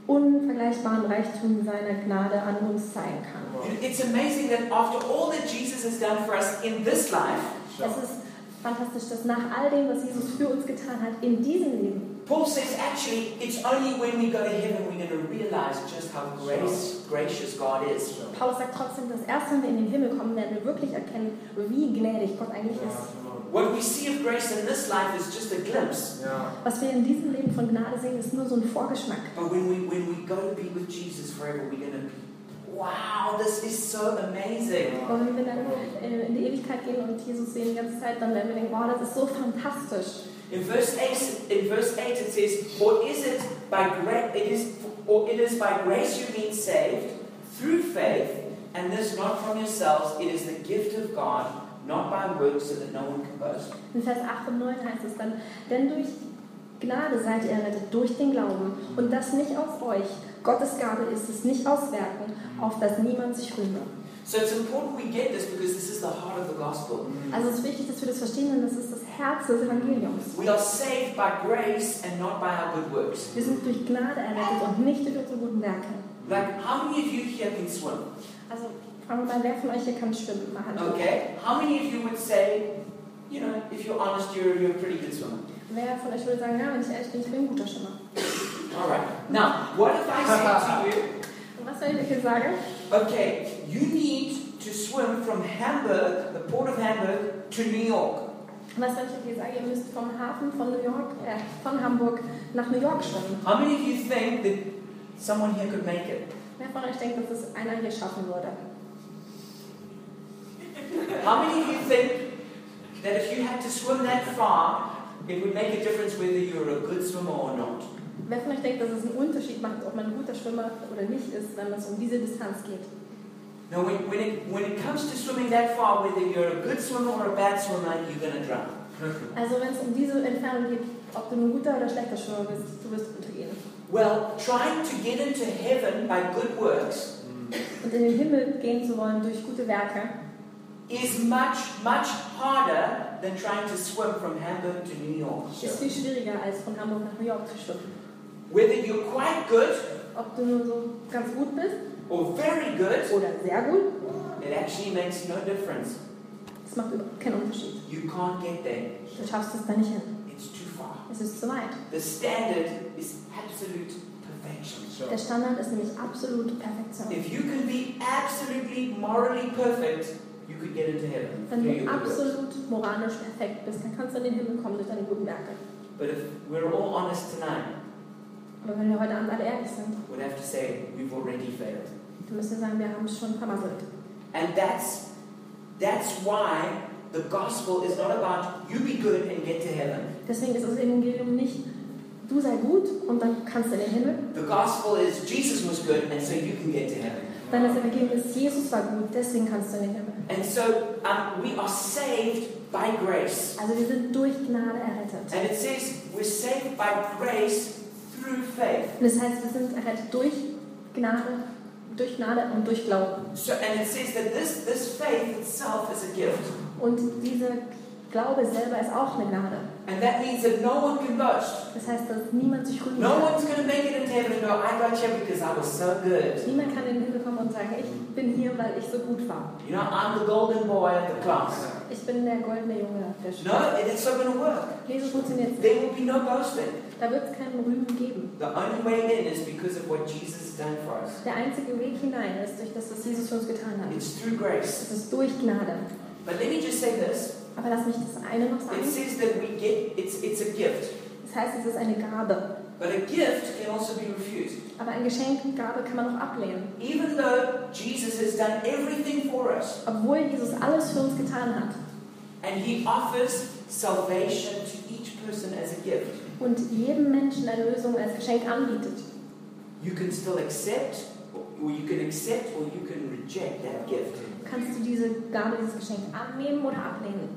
A: unvergleichbaren Reichtum seiner Gnade an uns zeigen kann.
B: It's amazing that after all that Jesus has done for us in this life,
A: Es ist fantastisch, dass nach all dem, was Jesus für uns getan hat, in diesem Leben,
B: Paul says actually it's only when we go to heaven we're going to realize just how grace, gracious God is.
A: Paulus sagt trotzdem, dass erst wenn wir in den Himmel kommen, werden wir wirklich erkennen, wie gnädig Gott eigentlich ist.
B: What we see of grace in this life is just a glimpse.
A: Was wir in diesem Leben von Gnade sehen, ist nur so ein Vorgeschmack.
B: But when we when we go to be with Jesus forever, we're going to be, wow, this is so amazing.
A: Aber wenn wir dann äh, in die Ewigkeit gehen und Jesus sehen die ganze Zeit, dann werden wir denken, wow, das ist so fantastisch.
B: In verse eight, in verse eight it says, "For is it by grace it is, or it is by grace you've been saved through faith, and this not from yourselves; it is the gift of God, not by works, so that no one can boast."
A: In Vers 8 und 9 heißt es dann, denn durch Gnade seid ihr errettet, durch den Glauben. Und das nicht aus euch. Gottes Gabe ist es nicht aus Werken, auf das niemand sich rühme.
B: So it's important we get this because this is the heart of the gospel.
A: Also es ist wichtig, dass wir das verstehen, denn das ist das Herz des Evangeliums.
B: We are saved by grace and not by our good works.
A: Wir sind durch Gnade errettet und nicht durch unsere guten Werke.
B: Like, how many of you here can swim?
A: Also fragen wir mal, wer von euch hier kann schwimmen? Mal Hand hoch.
B: Okay. How many of you would say, you know, if you're honest, you're, you're a pretty good swimmer?
A: Wer von euch würde sagen, ja, wenn ich ehrlich bin, ich bin ein guter Schwimmer.
B: All right. Now, what if I say to you,
A: Und was soll ich euch jetzt sagen?
B: okay, you need to swim from Hamburg, the port of Hamburg, to New York.
A: Was soll ich denn hier sagen? Ihr müsst vom Hafen von New York, äh, von Hamburg nach New York schwimmen.
B: How many of you think that someone here could make it?
A: Wer von euch denkt, dass es einer hier schaffen würde?
B: How many of you think that if you had to swim that far, it would make a difference whether you were a good swimmer or not?
A: Wer von euch denkt, dass es einen Unterschied macht, ob man ein guter Schwimmer oder nicht ist, wenn es um diese Distanz geht?
B: No, when, when, it, when it comes to swimming that far, whether you're a good swimmer or a bad swimmer, you're going to drown.
A: Also wenn es um diese Entfernung geht, ob du ein guter oder schlechter Schwimmer bist, du wirst untergehen.
B: Well, trying to get into heaven by good works
A: Und in den Himmel gehen zu wollen durch gute Werke,
B: is much, much harder than trying to swim from Hamburg to New York.
A: ist viel schwieriger, als von Hamburg nach New York zu schwimmen.
B: Whether you're quite good
A: Ob du nur so ganz gut bist
B: or very good,
A: oder sehr gut,
B: it actually makes no difference.
A: das macht überhaupt keinen Unterschied.
B: You can't get there.
A: Du schaffst es da nicht hin.
B: It's too far.
A: Es ist zu weit.
B: The standard is absolute perfection.
A: Der Standard ist nämlich absolute Perfektion.
B: If you can be absolutely morally perfect, you could get into heaven.
A: Wenn du
B: through your good works.
A: absolut moralisch perfekt bist, dann kannst du in den Himmel kommen durch deine guten Werke.
B: But if we're all honest tonight,
A: Aber wenn wir heute Abend alle ehrlich sind,
B: we'd have to say we've already failed.
A: dann müssen wir sagen, wir haben es schon vermasselt.
B: And that's that's why the gospel is not about you be good and get to heaven.
A: Deswegen ist das Evangelium nicht, du sei gut und dann kannst du in den Himmel.
B: The gospel is Jesus was good and so you can get to heaven.
A: Dann das Evangelium ist, Jesus war gut, deswegen kannst du in den Himmel.
B: And so um, we are saved by grace.
A: Also wir sind durch Gnade errettet.
B: And it says we're saved by grace through faith.
A: Und das heißt, wir sind errettet durch Gnade, durch Gnade und durch Glauben.
B: So and it says that this this faith itself is a gift.
A: Und dieser Glaube selber ist auch eine Gnade.
B: And that means that no one can boast.
A: Das heißt, dass niemand sich rühmen
B: No
A: kann.
B: one's gonna make it into heaven and go, I got here because I was so good.
A: Niemand kann in den Himmel kommen und sagen, ich bin hier, weil ich so gut war.
B: You know, I'm the golden boy of the class.
A: Ich bin der goldene Junge der Schule.
B: No, and it's not going to work.
A: Nee, so funktioniert es nicht.
B: There will be no boasting.
A: Da wird es keinen Rühmen geben.
B: The only way in is because of what Jesus has done for us.
A: Der einzige Weg hinein ist durch das, was Jesus für uns getan hat.
B: It's through grace.
A: Es ist durch Gnade.
B: But let me just say this:
A: Aber lass mich das eine noch sagen.
B: it says that we get it's it's a gift,
A: Das heißt, es ist eine Gabe.
B: but a gift can also be refused.
A: Aber ein Geschenk, Gabe kann man auch ablehnen.
B: Even though Jesus has done everything for us,
A: Obwohl Jesus alles für uns getan hat.
B: and He offers salvation to each person as a gift,
A: Und jedem Menschen Erlösung als Geschenk anbietet.
B: you can still accept, or you can accept, or you can reject that gift.
A: Kannst du diese Gabe, dieses Geschenk annehmen oder ablehnen?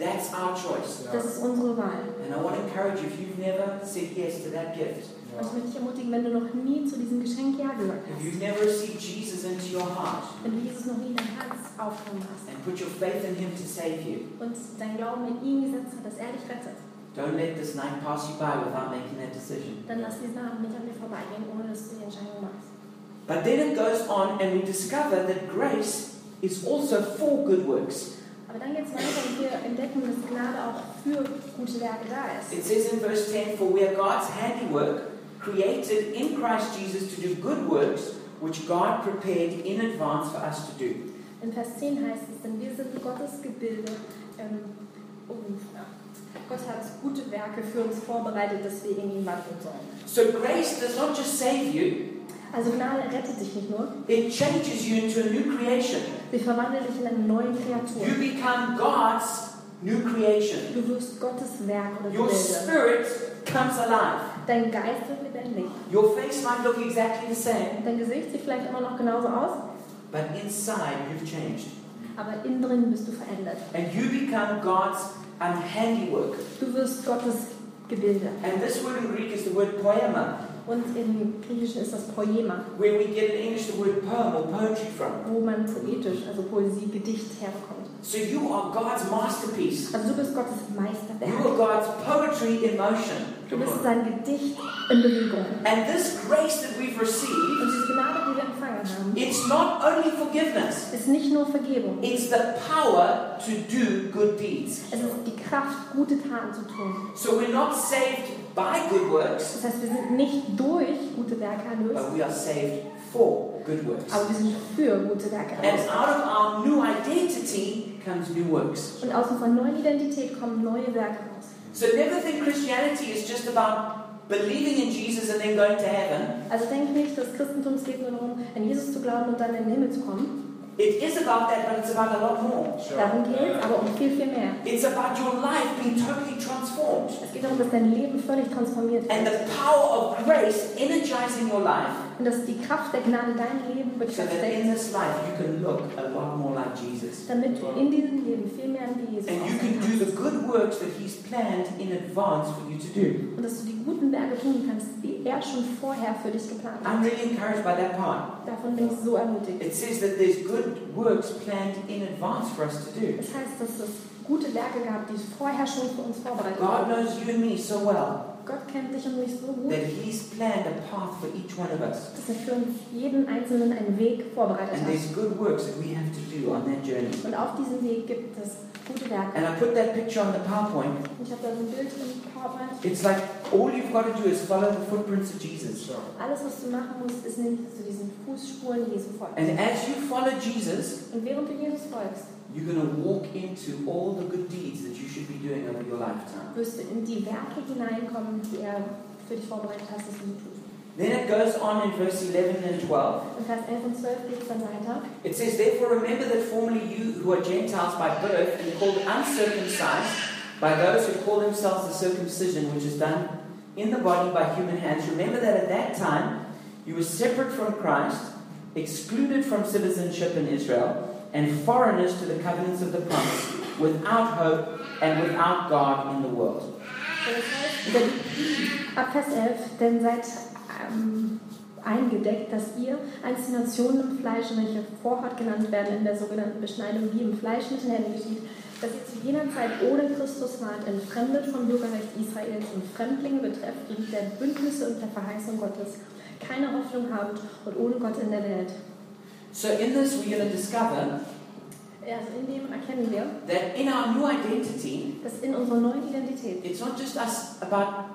B: That's our choice.
A: Das ist unsere Wahl.
B: And I want to encourage you: if you've never said yes to that gift,
A: Und ich möchte dich ermutigen, wenn du noch nie zu diesem Geschenk Ja gesagt
B: If
A: hast,
B: you've never received Jesus into your heart
A: wenn du Jesus noch nie in dein Herz aufgenommen hast
B: and put your faith in Him to save you,
A: und dein Glauben in ihn gesetzt hast, dass er dich rettet,
B: don't let this night pass you by without making that decision.
A: dann lass diesen Abend nicht an dir vorbeigehen, ohne dass du die Entscheidung machst.
B: But then it goes on, and we discover that grace is also for good works.
A: Aber dann geht es weiter und wir entdecken, dass Gnade auch für gute Werke da ist.
B: It says in verse 10 For we are God's handiwork, created in Christ Jesus to do good works, which God prepared in advance for us to do.
A: In Vers 10 heißt es, denn wir sind Gottes Gebilde ähm, und ja, Gott hat gute Werke für uns vorbereitet, dass wir in ihm wandeln sollen.
B: So grace does not just save you,
A: Also Gnade rettet dich nicht nur,
B: it changes you into a new creation.
A: sie verwandelt dich in eine neue Kreatur.
B: You become God's new creation.
A: Du wirst Gottes Werk oder
B: Your
A: Bilder.
B: spirit comes alive.
A: Dein Geist wird lebendig.
B: Your face might look exactly the same,
A: Dein Gesicht sieht vielleicht immer noch genauso aus,
B: but inside you've changed.
A: aber innen drin bist du verändert.
B: And you become God's um, handiwork.
A: Du wirst Gottes Gebilde.
B: And this word in Greek is the word poema,
A: Und im Griechischen ist das Poema,
B: where we get in English the word poem or poetry from.
A: wo man poetisch, also Poesie, Gedicht herbekommt.
B: So you are God's masterpiece.
A: Also du bist Gottes
B: You
A: Meisterwerk.
B: are God's poetry in motion.
A: Du bist sein Gedicht in Bewegung.
B: And this grace that we've
A: Und
B: received,
A: diese Gnade, die wir empfangen haben,
B: it's not only forgiveness,
A: ist nicht nur Vergebung.
B: it's the power to do good deeds.
A: Es ist die Kraft, gute Taten zu tun.
B: So we're not saved by good works,
A: Das heißt, wir sind nicht durch gute Werke erlöst,
B: But we are saved for good works.
A: aber wir sind für gute Werke
B: And
A: aus.
B: out of our new identity comes new works.
A: Und aus unserer neuen Identität kommen neue Werke raus.
B: So never think Christianity is just about believing in Jesus and then going to heaven.
A: Also denk nicht, das Christentum es geht nur darum, an Jesus zu glauben und dann in den Himmel zu kommen.
B: It is about that, but it's about a lot more.
A: Darum geht es, aber um viel, viel mehr.
B: It's about your life being totally transformed
A: Es geht darum, dass dein Leben völlig transformiert
B: and
A: wird.
B: the power of grace energizing your life
A: Und dass die Kraft der Gnade dein Leben
B: so that in
A: bekräftigt,
B: this life you can look a lot more like Jesus.
A: damit du in diesem Leben viel mehr an wie Jesus
B: And you can
A: aussehen
B: do the
A: kannst.
B: good works that He's planned in advance for you to do.
A: Und dass du die guten Werke tun kannst, die er schon vorher für dich geplant
B: I'm
A: hat.
B: really encouraged by that part.
A: Davon bin ich so ermutigt.
B: It says that there's good works planned in advance for us to do.
A: Das heißt, dass es gute Werke gab, die vorher schon für uns vorbereitet
B: God
A: wurden.
B: knows you and me so well.
A: Gott kennt dich und mich so gut,
B: that He's planned a path for each one of us.
A: dass er für uns jeden Einzelnen einen Weg vorbereitet
B: And
A: hat.
B: there's good works that we have to do on that journey.
A: Und auf diesem Weg gibt es gute Werke.
B: And I put that picture on the PowerPoint.
A: Und Ich habe da so ein Bild im PowerPoint.
B: It's like all you've got to do is follow the footprints of Jesus.
A: Alles, was du machen musst, ist nämlich, dass du diesen Fußspuren Jesu folgst.
B: And as you follow Jesus,
A: Und während du Jesus folgst,
B: you're going to walk into all the good deeds that you should be doing over your lifetime.
A: wirst du in die Werke hineinkommen, die er für dich vorbereitet hat, dass du sie tust.
B: Then it goes on in verse 11 and 12.
A: Und Vers 11 und 12 geht es dann weiter.
B: It says, Therefore remember that formerly you who are Gentiles by birth and called uncircumcised by those who call themselves the circumcision, which is done in the body by human hands, remember that at that time you were separate from Christ, excluded from citizenship in Israel, and foreigners to the covenants of the promise, without hope and without God in the world.
A: Und das heißt, denn- ab Vers 11, denn seid ähm, eingedeckt, dass ihr als die Nationen im Fleisch, welche vorher genannt werden in der sogenannten Beschneidung, die im Fleisch mit den Händen geschieht, dass ihr zu jener Zeit ohne Christus wart, entfremdet vom Bürgerrecht Israels und Fremdlinge betreffend der Bündnisse und der Verheißung Gottes, keine Hoffnung habt und ohne Gott in der Welt.
B: So, in this, we're going to discover
A: Also in dem erkennen wir,
B: that in our new identity,
A: dass in unserer neuen Identität
B: it's not just us about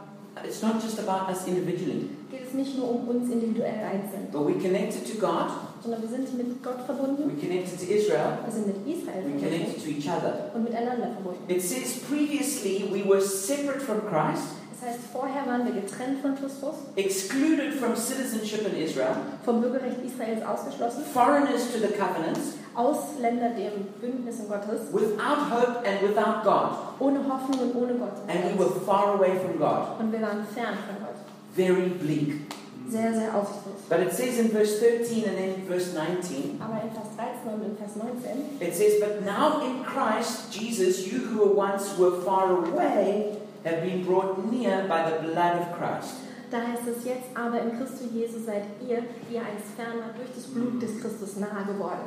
B: it's not just about us individually.
A: geht es nicht nur um uns individuell einzeln,
B: But we connected to God,
A: sondern wir sind mit Gott verbunden
B: we connected to Israel,
A: Wir sind mit Israel verbunden
B: we connected to each other.
A: und miteinander verbunden.
B: It says previously we were separate from Christ,
A: Das heißt, vorher waren wir getrennt von Christus,
B: excluded from citizenship in Israel,
A: vom Bürgerrecht Israels ausgeschlossen,
B: foreigners to the covenants,
A: Ausländer dem Bündnis in Gottes,
B: without hope and without God.
A: ohne Hoffnung und ohne Gott.
B: And we were far away from God,
A: Und wir waren fern von Gott.
B: very bleak.
A: Sehr, sehr aussichtslos.
B: But it says in verse 13 and then in verse 19,
A: Aber in Vers 13 und in Vers 19
B: it says, But now in Christ Jesus, you who were once were far away have been brought near by the blood of Christ.
A: Da heißt es jetzt aber in Christus Jesus seid ihr, die ihr einst fern wart, durch das Blut des Christus nahe geworden.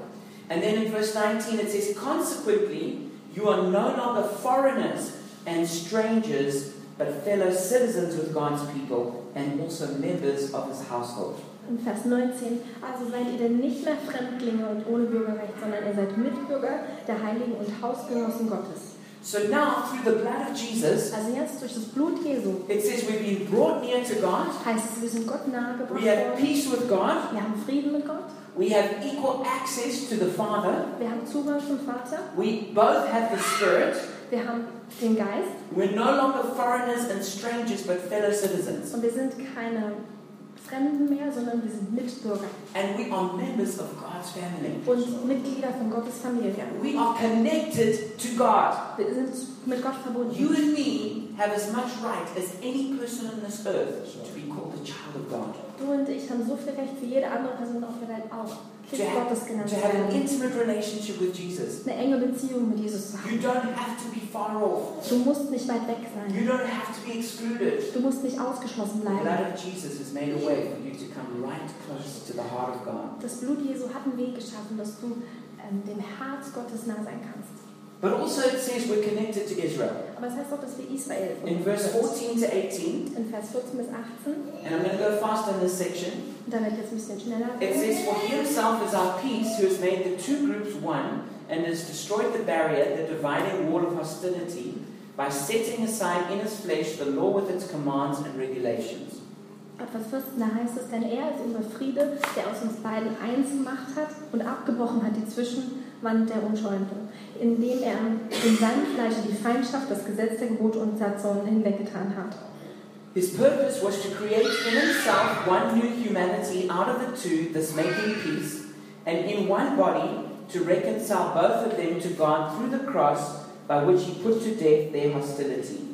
B: And then in verse 19 it says, Consequently, you are no longer foreigners and strangers, but fellow citizens with God's people and also members of his household.
A: In Vers 19, also seid ihr denn nicht mehr Fremdlinge und ohne Bürgerrecht, sondern ihr seid Mitbürger der Heiligen und Hausgenossen Gottes.
B: So now, through the blood of Jesus,
A: Also jetzt durch das Blut Jesu
B: it says we've been brought near to God,
A: heißt es, wir sind Gott nahe gebracht
B: we have
A: worden.
B: peace with God,
A: Wir haben Frieden mit Gott.
B: we have equal access to the Father,
A: Wir haben Zugang zum Vater.
B: we both have the Spirit.
A: Wir haben den Geist.
B: We're no longer foreigners and strangers, but fellow citizens.
A: Und wir sind keine Fremden mehr, sondern wir sind Mitbürger
B: And we are members of God's family.
A: und Mitglieder von Gottes Familie.
B: We are connected to God.
A: Wir sind mit Gott
B: You
A: verbunden.
B: and me have as much right as any person on this earth to be called a child of God,
A: Du und ich haben so viel Recht wie jede andere Person auf der Welt auch, Kind
B: Ja.
A: Gottes genannt
B: to
A: zu
B: have an
A: werden.
B: intimate relationship with Jesus.
A: Eine enge Beziehung mit Jesus zu
B: You
A: haben.
B: don't have to be far off.
A: Du musst nicht weit weg sein.
B: You don't have to be excluded.
A: Du musst nicht ausgeschlossen
B: The
A: bleiben.
B: blood of Jesus has made a way for you to come right close to the heart of God.
A: Das Blut Jesu hat einen Weg geschaffen, dass du ähm, dem Herz Gottes nah sein kannst.
B: But also it says we're connected to Israel.
A: Aber es heißt auch, dass wir Israel
B: In verse 14 to 18,
A: In Vers 14 bis 18,
B: and I'm going to go fast on this section,
A: und da werde ich jetzt ein bisschen schneller.
B: it says, For he himself is our peace, who has made the two groups one. and has destroyed the barrier, the dividing wall of hostility, by setting aside in his flesh the law with its commands and regulations.
A: Ab Vers 14, da heißt es, denn er ist unser Friede, der aus uns beiden eins gemacht hat und abgebrochen hat die Zwischenwand der Unschäumung, indem er in seinem Fleisch die Feindschaft, das Gesetz der Gebote und Satzungen hinweggetan hat.
B: His purpose was to create in himself one new humanity out of the two, thus making peace, and in one body to reconcile both of them to God through the cross by which he put to death their hostility.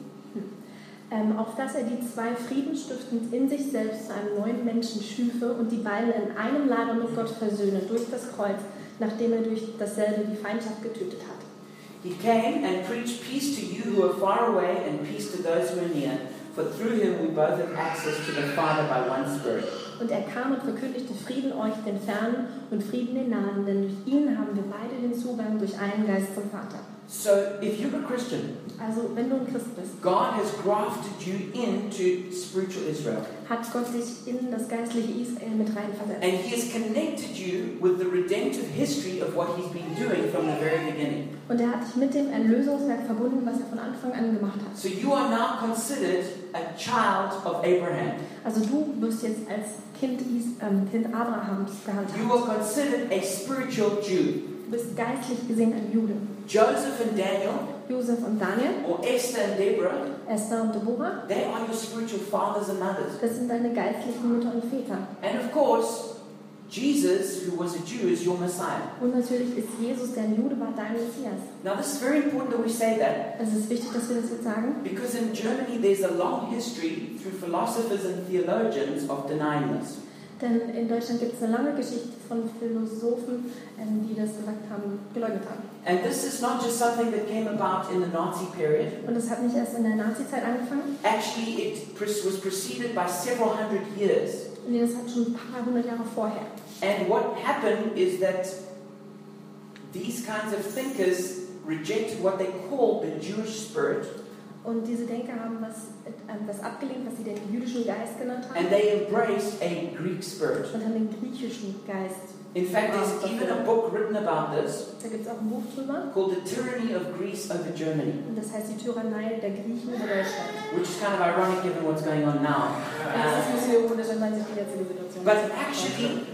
A: Ähm, auf dass er die zwei friedenstiftend in sich selbst zu einem neuen Menschen schüfe und die beiden in einem Lager mit Gott versöhne durch das Kreuz, nachdem er durch dasselbe die Feindschaft getötet hat.
B: He came and preached peace to you who are far away and peace to those who are near, for through him we both have access to the Father by one Spirit.
A: Und er kam und verkündigte Frieden euch den Fernen und Frieden den Nahen, denn durch ihn haben wir beide den Zugang durch einen Geist zum Vater.
B: So, if you're a Christian,
A: Also wenn du ein Christ bist,
B: God has grafted you into spiritual Israel,
A: hat Gott dich in das geistliche Israel mit reinversetzt.
B: and He has connected you with the redemptive history of what He's been doing from the very beginning.
A: Und er hat dich mit dem Erlösungswerk verbunden, was er von Anfang an gemacht hat.
B: So, you are now considered a child of Abraham.
A: Also du wirst jetzt als Kind, Is ähm, kind Abrahams
B: You
A: gehandhabt.
B: are considered a spiritual Jew.
A: Du bist geistlich gesehen ein Jude.
B: Joseph and Daniel,
A: Josef und Daniel,
B: or Esther and Deborah,
A: Esther und Deborah,
B: they are your spiritual fathers and mothers.
A: das sind deine geistlichen Mütter und Väter.
B: And of course, Jesus, who was a Jew, is your Messiah.
A: Und natürlich ist Jesus, der ein Jude war, dein Messias.
B: Now, this is very important that we say that
A: Es ist wichtig, dass wir das jetzt sagen,
B: because in Germany there's a long history through philosophers and theologians of denying this.
A: denn in Deutschland gibt es eine lange Geschichte von Philosophen, ähm, die das gesagt haben, geleugnet haben.
B: And this is not just something that came about in the Nazi period.
A: Und das hat nicht erst in der Nazizeit angefangen,
B: Actually, it pres- was preceded by several hundred years.
A: nee, das hat schon ein paar hundert Jahre vorher.
B: And what happened is that these kinds of thinkers rejected what they called the Jewish spirit
A: Und diese Denker haben was, ähm, das abgelehnt, was sie den jüdischen Geist genannt haben,
B: and they embraced a Greek spirit.
A: und haben den griechischen Geist.
B: In fact, there's even a book written about this
A: Da gibt es auch ein Buch drüber,
B: called The Tyranny of Greece over Germany,
A: und das heißt die Tyrannei der Griechen über Deutschland.
B: which is kind of ironic given what's going on now.
A: Und das ist
B: Uh,
A: nicht so wunderschön, weil sie die jetzige Situation
B: but
A: ist.
B: actually,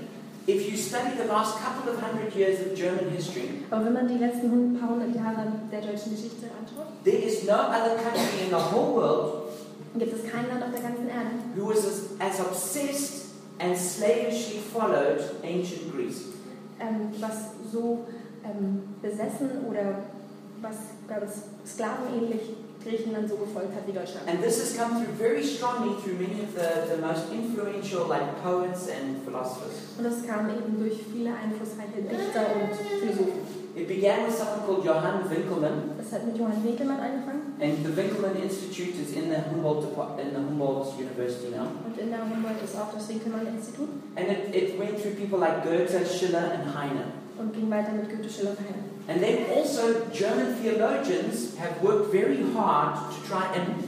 B: if you study the last couple of hundred years of German history,
A: Aber wenn man die letzten hund- paar hundert Jahre der deutschen Geschichte anschaut,
B: there is no other country in the whole world
A: gibt es kein Land auf der ganzen Erde,
B: who was as, as obsessed and slavishly followed ancient Greece.
A: ähm, was so ähm, besessen oder was ganz sklavenähnlich Griechenland so gefolgt hat wie Deutschland.
B: And this has come through very strongly through many of the, the most influential like poets and philosophers.
A: Und das kam eben durch viele einflussreiche Dichter und Philosophen.
B: It began with someone called Johann Winkelmann,
A: Das hat mit Johann Winkelmann angefangen
B: and the Winkelmann Institute is in the Humboldt Depart- in the Humboldt University now.
A: und in der Humboldt ist auch das Winkelmann-Institut
B: And it, it went through people like Goethe, Schiller, and Heine.
A: und ging weiter mit Goethe, Schiller und Heine.
B: And then also German theologians have worked very hard to try and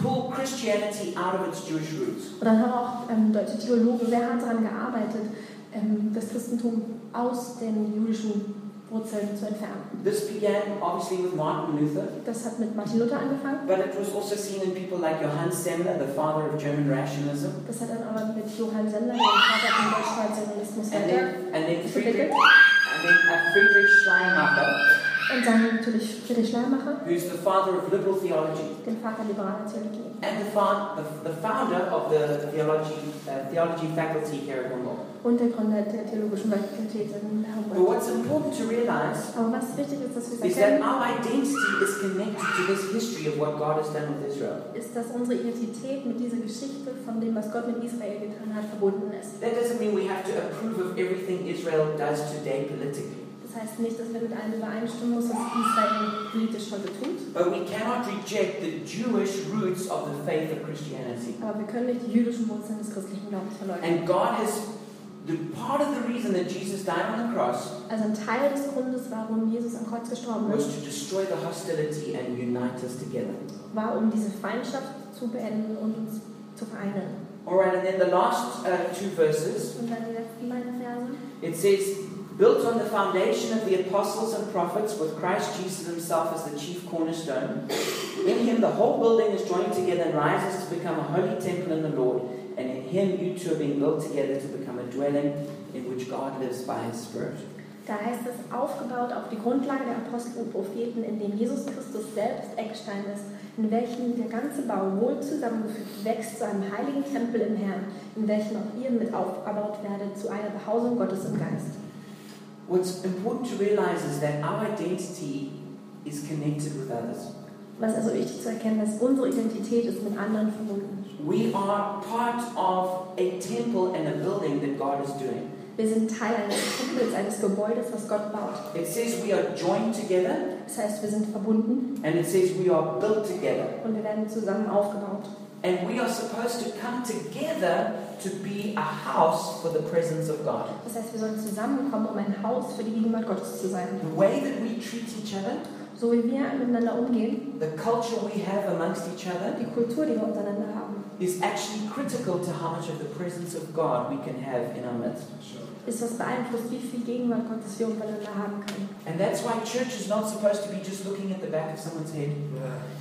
B: pull Christianity out of its Jewish roots.
A: Und dann haben auch ähm, deutsche Theologen sehr hart daran gearbeitet, ähm, das Christentum aus den jüdischen Wurzeln zu entfernen.
B: This began obviously with Martin Luther,
A: Das hat mit Martin Luther angefangen.
B: but it was also seen in people like Johann Semler, the father of German rationalism.
A: Das hat dann aber mit Johann Sender, dem Vater vom deutschen Nationalismus,
B: And
A: weiter.
B: then, and then
A: entwickelt.
B: Friedrich, and then uh, Friedrich Schleiermacher,
A: Und dann natürlich Friedrich Schleiermacher,
B: who's the father of liberal theology
A: den Vater liberaler Theologie.
B: and the, fa- the, the founder of the theology, uh, theology faculty here at Humboldt.
A: Und der Gründer der Theologischen Fakultät in
B: But
A: Hamburg.
B: what's important to realize
A: Aber was wichtig ist, dass wir
B: is that
A: erkennen,
B: our identity is connected to this history of what God has done with Israel.
A: ist, dass unsere Identität mit dieser Geschichte von dem, was Gott mit Israel getan hat, verbunden ist.
B: That doesn't mean we have to approve of everything Israel does today politically,
A: Das heißt nicht, dass wir mit allem übereinstimmen müssen, was Israel politisch heute tut.
B: but we cannot reject the Jewish roots of the faith of Christianity.
A: Aber wir können nicht die jüdischen Wurzeln des christlichen Glaubens verleugnen.
B: And God has, the part of the reason that Jesus died on the cross
A: Also ein Teil des Grundes, warum Jesus am Kreuz gestorben ist,
B: was to destroy the hostility and unite us together.
A: war, um diese Feindschaft zu beenden und uns zu vereinen.
B: All right, and then the last uh, two verses,
A: Und dann die letzten beiden Verse.
B: it says, built on the foundation of the apostles and prophets, with Christ Jesus himself as the chief cornerstone. In him the whole building is joined together and rises to become a holy temple in the Lord, and in him you two are being built together to become a dwelling in which God lives by his Spirit.
A: Da heißt es, aufgebaut auf die Grundlage der Apostel und Propheten, in dem Jesus Christus selbst Eckstein ist, in welchem der ganze Bau wohl zusammengefügt wächst zu einem heiligen Tempel im Herrn, in welchem auch ihr mit aufgebaut werdet zu einer Behausung Gottes im Geist.
B: What's important to realize is that our identity is connected with others.
A: Was also wichtig zu erkennen ist, unsere Identität ist mit anderen verbunden.
B: We are part of a temple and a building that God is doing.
A: Wir sind Teil eines Tempels, eines Gebäudes, was Gott baut.
B: It says we are joined together
A: Das heißt, wir sind verbunden
B: and it says we are built together.
A: und wir werden zusammen aufgebaut.
B: And we are supposed to come together to be a house for the presence of God.
A: Das heißt, wir sollen zusammenkommen, um ein Haus für die Gegenwart Gottes zu sein.
B: The way that we treat each other,
A: So wie wir miteinander umgehen,
B: the culture we have amongst each other,
A: die Kultur, die wir untereinander haben,
B: is actually critical to how much of the presence of God we can have in our midst.
A: ist was beeinflusst, wie viel Gegenwart Gottes wir untereinander haben können.
B: And that's why church is not supposed to be just looking at the back of someone's head.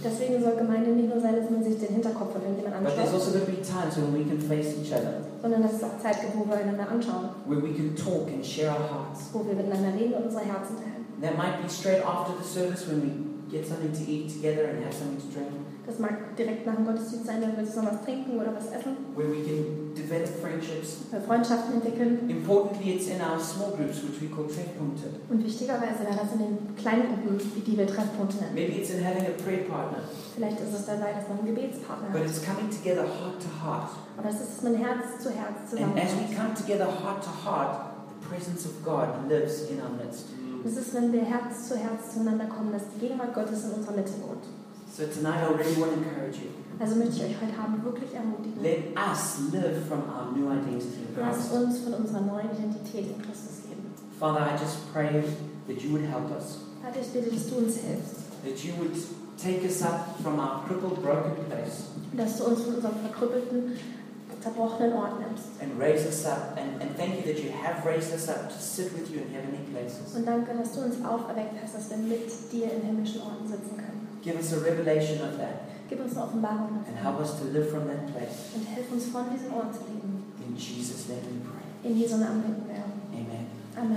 A: Deswegen soll Gemeinde nicht nur sein, dass man sich den Hinterkopf von irgendjemand
B: But there's
A: anschaut,
B: also going to be times when we can face each other,
A: sondern dass es auch Zeit gibt, wo wir einander anschauen,
B: where we can talk and share our hearts.
A: wo wir miteinander reden und unsere Herzen teilen.
B: That might be straight after the service when we get something to eat together and have something to drink,
A: Das mag direkt nach dem Gottesdienst sein, wenn wir jetzt noch was trinken oder was essen,
B: where we can develop friendships.
A: weil Freundschaften entwickeln.
B: Importantly, it's in our small groups, which we call Treffpunkte.
A: Und wichtigerweise wäre das in den kleinen Gruppen, wie die wir Treffpunkte nennen.
B: Maybe it's in having a prayer partner,
A: Vielleicht ist es dabei, dass man einen Gebetspartner
B: but
A: hat.
B: it's coming together heart to heart.
A: Aber es ist, dass man Herz zu Herz
B: And as we
A: zusammenkommt.
B: come together heart to heart, the presence of God lives in our midst.
A: Es ist, wenn wir Herz zu Herz zueinander kommen, dass die Gegenwart Gottes in unserer Mitte wohnt.
B: So tonight, I really want to encourage you.
A: Also möchte ich euch heute Abend wirklich ermutigen,
B: Let us live from our new identity in
A: lasst
B: Christ.
A: uns von unserer neuen Identität in Christus leben.
B: Father, I just pray that you would help us.
A: Vater, ich bitte, dass du uns hilfst,
B: that you would take us up from our crippled, broken place
A: dass du uns von unserem verkrüppelten, zerbrochenen Ort nimmst.
B: and raise us up. And, and thank you that you have raised us up to sit with you in heavenly places.
A: Und danke, dass du uns auferweckt hast, dass wir mit dir in himmlischen Orten sitzen können.
B: Give us a revelation of that
A: Gib uns eine Offenbarung
B: and
A: davon
B: help us to live from that place.
A: und hilf uns von diesem Ort zu leben.
B: In Jesus' name we pray.
A: In Jesu Namen beten wir.